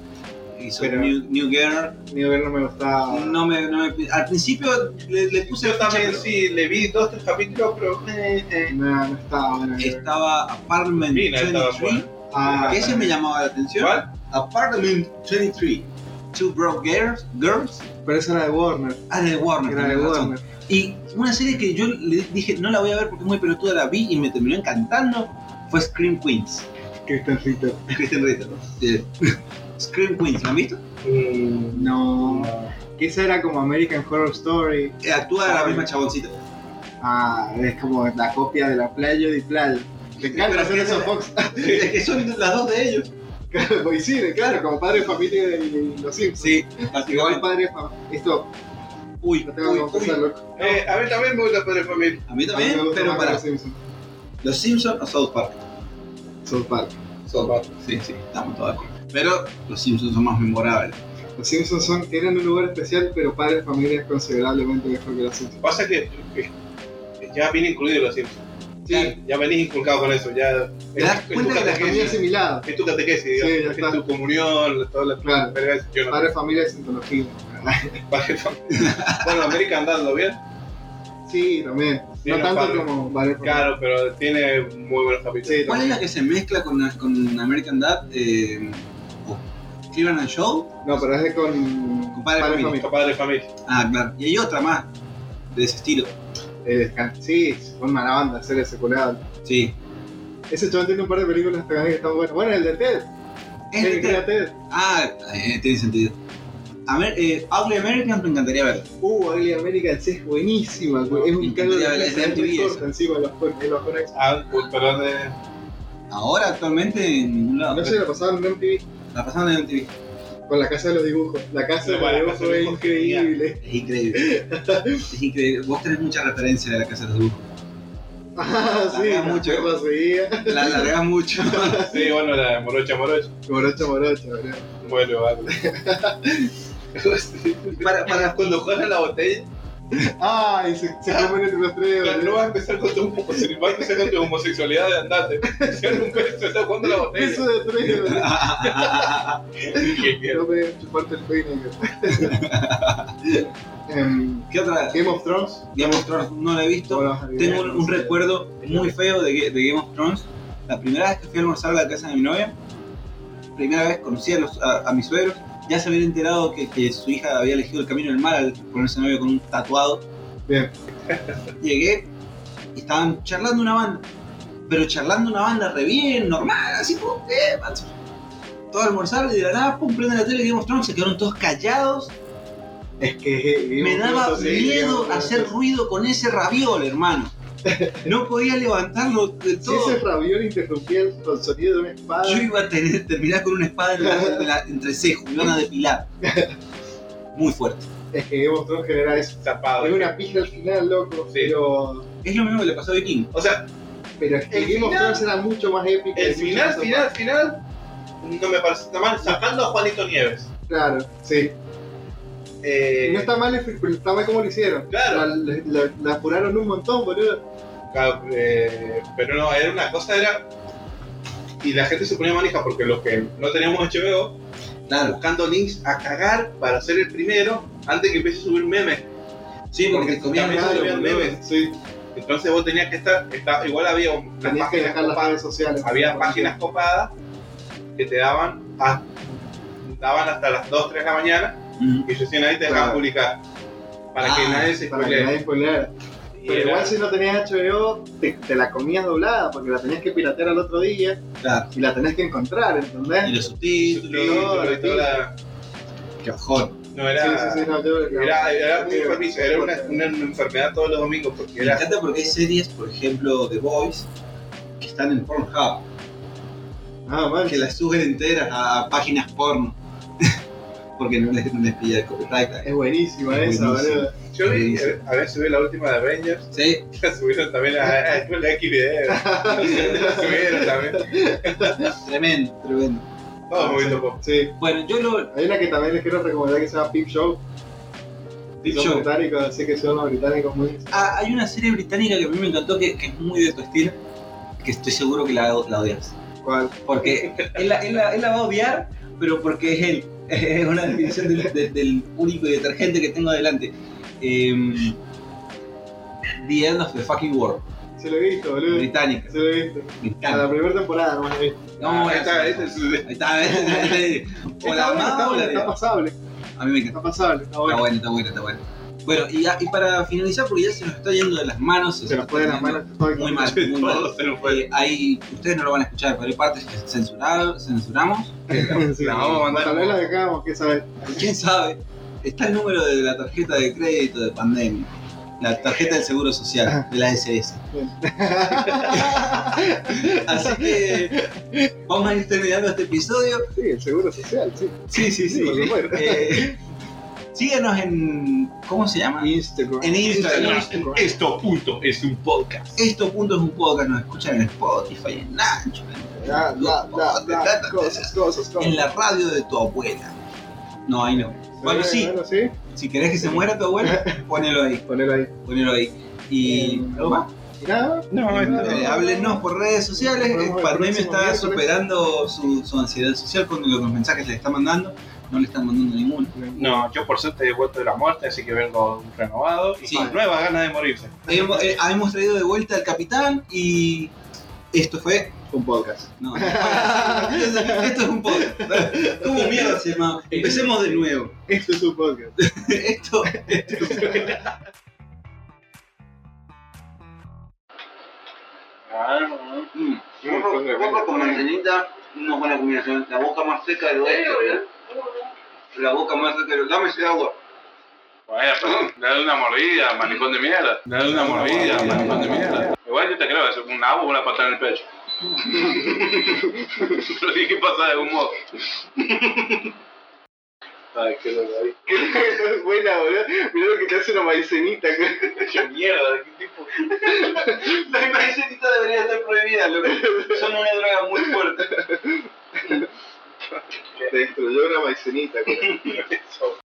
Hizo Pero- New, New Girl. Ni ver no me gustaba. No me, no me- al principio le, le puse Ah. Yo también ficha, sí, le vi dos, tres capítulos, pero. eh, eh. No, no estaba buena. pero Estaba Apartment Mira, estaba 23. Ah, Ese me llamaba la atención. ¿Cuál? Apartment 23. Two Broke Girls. Girls. pero eso era de Warner. Ah, la de Warner. Era de tenés razón. Warner. Y una serie que yo le dije, no la voy a ver porque es muy pelotuda, la vi y me terminó encantando, fue Scream Queens. Kristen Ritter. Kristen Ritter, ¿no? Sí. Scream Queens, ¿la han visto? Mm, No. Que esa era como American Horror Story. Eh, Actúa la Ah, misma chaboncita. Ah, es como la copia de la Playa de Playa. Te encanta Pero hacer es que eso, esa- Fox. es que son las dos de ellos. Pues sí, claro, como padre de familia y los Simpsons. Sí, Igual básicamente. padre de familia. Esto, Uy, lo tengo uy, que confesar, uy. loco. eh, a mí también me gusta Padre Familia. A A mí mí me también, gusta pero más para Los Simpsons. Los Simpsons o South Park. South Park. South Park. Sí, sí, estamos todos de acuerdo. Pero los Simpsons son más memorables. Los Simpsons son, tienen un lugar especial, pero padre de familia es considerablemente mejor que los Simpsons. Pasa que, que- que ya viene incluido los Simpsons. Sí. Ya venís inculcado con eso. Ya, ¿Te das es- cuenta es tu que la La familia catequesis. asimilada. Es tu catequesis, Sí, ya digamos. está. es tu comunión, toda la Claro. verga esa. Yo no. Padre de familia es sintología. Padre Familia. bueno, América andando bien. Sí, también. Sí, No no, tanto padre. como padre de familia. Claro, pero tiene muy buenos capítulos. Sí, ¿Cuál también. es la que se mezcla con, con American Dad? Eh, oh, Cleveland and Show. No, pero es de con, Con Padre de de Familia. Está Padre Familia. Ah, claro. Y hay otra más de ese estilo. Eh, sí, son mala banda, serie secular. Sí. Ese chaval tiene un par de películas también que están buenas. Bueno, el de Ted. El Este- cráter. Ah, eh, tiene sentido. A ver, eh, Ugly Americans me encantaría verlo. Uh, Ugly Americans es buenísima, güey. Es un cargo de Ya, la- la clase MTV muy esa. corta encima los con- de los Conex. Ah, uy, perdón, eh, Ahora actualmente en ningún lado. No se la pasaban en MTV La pasaron en MTV. con la casa de los dibujos. La casa de los No, la dibujos casa de es los dibujos, increíble. Es increíble. es increíble. Vos tenés mucha referencia de la casa de los dibujos. Ah, sí, Había la mucho. perra seguía. La alargás mucho. Sí, bueno, la de morocha morocha. Morocho, morocho, boludo. Bueno, vale. para, para Cuando juegas la botella, Ay, se, se comen entre los tres, claro, no boludo. vas a empezar con tu homosexualidad, con tu homosexualidad de andate. Si algún beso está jugando la botella. Beso de tres, boludo. Ah. Qué mierda. No me chuparte el peine, güey. Em, ¿Qué otra? Game of Thrones. Game of Thrones no la he ¿cómo visto. lo vas a Tengo un, adivinar? un recuerdo muy feo de, Ga- de Game of Thrones. La primera vez que fui a almorzar a la casa de mi novia, primera vez conocí a, los- a- a mis suegros. Ya se habían enterado que, que su hija había elegido el camino del mal al ponerse novio con un tatuado. Bien. Llegué y estaban charlando una banda. Pero charlando una banda re bien, normal, así como, eh, macho. Todo almorzar y de la nada, pum, prende la tele Game of Thrones, se quedaron todos callados. Es que eh, Game Me of daba Thrones, sí, Game of miedo Thrones. hacer ruido con ese raviol, hermano. No podía levantarlo de Si todo. ese raviol interrumpía el el sonido de una espada. Yo iba a tener, terminar con una espada en la, en la- entre cejo, me iban a depilar. Muy fuerte. Es que Game of Thrones genera eso. Zapado. Es una pija al final, loco. Sí. Pero, Es lo mismo que le pasó a Viking. O sea, pero es que El Game of final- Thrones era mucho más épico. y el mucho final, más- final, final, no me parece tan mal, sacando a Juanito Nieves. Claro, sí. Eh, No está mal, el fi- pero está mal como lo hicieron. Claro. La, la- la apuraron un montón, boludo. Ca- eh, pero no, era una cosa, era. Y la gente se ponía manija porque los que no teníamos HBO, Claro. buscando links a cagar para ser el primero antes que empiece a subir memes. Sí, porque Porque comían también- Eso Claro, serían boludo, memes. Sí. Entonces vos tenías que estar, está- igual había unas Tenías que páginas dejar las copadas, redes sociales. había páginas copadas que te daban, a- daban hasta las 2, 3 de la mañana Mm. y recién ahí te dejaban Claro. publicar para Ah, que nadie se Para que spoilee. nadie spoileara. Y Pero era- igual si no tenías HBO, te, te la comías doblada porque la tenías que piratear al otro día Claro. y la tenés que encontrar, Y ¿entendés? los Sí, subtítulos. todo, y toda la- Qué bajón. no era, sí, sí, sí, no, yo- era, era muy Sí, enfermizo, era una, una enfermedad todos los domingos porque Me era encanta porque hay series, por ejemplo, The Boys, que están en Pornhub, Ah, man. que las suben enteras a, a páginas porno. porque no les, no les pilla el copyright. Es buenísima Es esa, buenísima. boludo. Yo vi, a ver, subí la última de Avengers, Sí, la subieron también a, a, a la XVD, la subieron también, tremendo, tremendo. todo muy loco. Sí. Bueno, yo lo. Hay una que también les quiero recomendar que se llama Peep Show. Peep son Show. británicos, así que son los británicos muy. Ah, hay una serie británica que a mí me encantó que, que es muy de tu estilo, que estoy seguro que la, la odias. ¿Cuál? Porque él la, él la- él la va a odiar, pero porque es él. Es una definición del, del- del único detergente que tengo adelante. Em, the End of the Fucking World, Se lo he visto, boludo. británica. Se lo he visto. A la Me encanta. primera temporada no he visto. No, Ahí esa- está, ese es el- Ahí está, o la Está bueno, amás está o bueno, la está odias. pasable. A mí me encanta. Está pasable, está Está bueno. bueno, está bueno, está bueno. Bueno, y, ya- y para finalizar, porque ya se nos está yendo de las manos. Se nos nos está puede las yendo- manos. todo el Muy capítulo. mal, muy mal. todo se nos fue. Eh, hay, ustedes no lo van a escuchar, pero hay partes que censurar, censuramos. Sí. La vamos a mandar. Tal vez la dejamos, que sabes. ¿Quién sabe? Está el número de la tarjeta de crédito de pandemia. La tarjeta del Seguro Social, de la SS. Así que vamos a ir terminando este episodio. Sí, el seguro social, sí. Sí, sí, Sí, por supuesto. Eh, síganos en... ¿Cómo se llama? Instagram. Ah, En Instagram. Instagram. Esto punto es un podcast. Estos puntos es un podcast, nos escuchan en Spotify, en Ancho, Ya, ya, ya, ya, Cosas, cosas, en cosas. la radio de tu abuela. No, ahí no. Bueno, sí, Bueno, sí. si querés que se muera tu abuela, ponelo ahí. Ponelo ahí. Ponelo ahí. Y Eh, ¿algo más? Y nada. No, Eh, háblenos por redes sociales. Nos Eh, vemos el Pandemia próximo está miércoles. superando su, su ansiedad social con los mensajes que le está mandando. No le están mandando ninguno. No, yo por suerte he vuelto de la muerte, así que vengo renovado y Sí. con nuevas ganas de morirse. Hemos, eh, hemos traído de vuelta al capitán y esto fue. Un podcast. No, esto es un podcast. ¿Cómo mierda se llama? Empecemos de nuevo. Esto es un podcast. Esto. Burro burro con manzanita, no buena combinación. La boca más seca del oeste. La boca más seca del oeste. Dame ese agua. Bueno, pero dale una mordida, manicón de mierda. Dale una mordida, manicón de mierda. Igual yo te creo, es un nabo o una patada en el pecho. Lo tiene que pasar de algún modo. Ay, qué loco ahí. Buena, boludo. Mirá lo que te hace una maicenita. Qué mierda, qué tipo. Las maicenitas deberían estar prohibidas, loco. Son una droga muy fuerte. Te destruyó una maicenita. güey.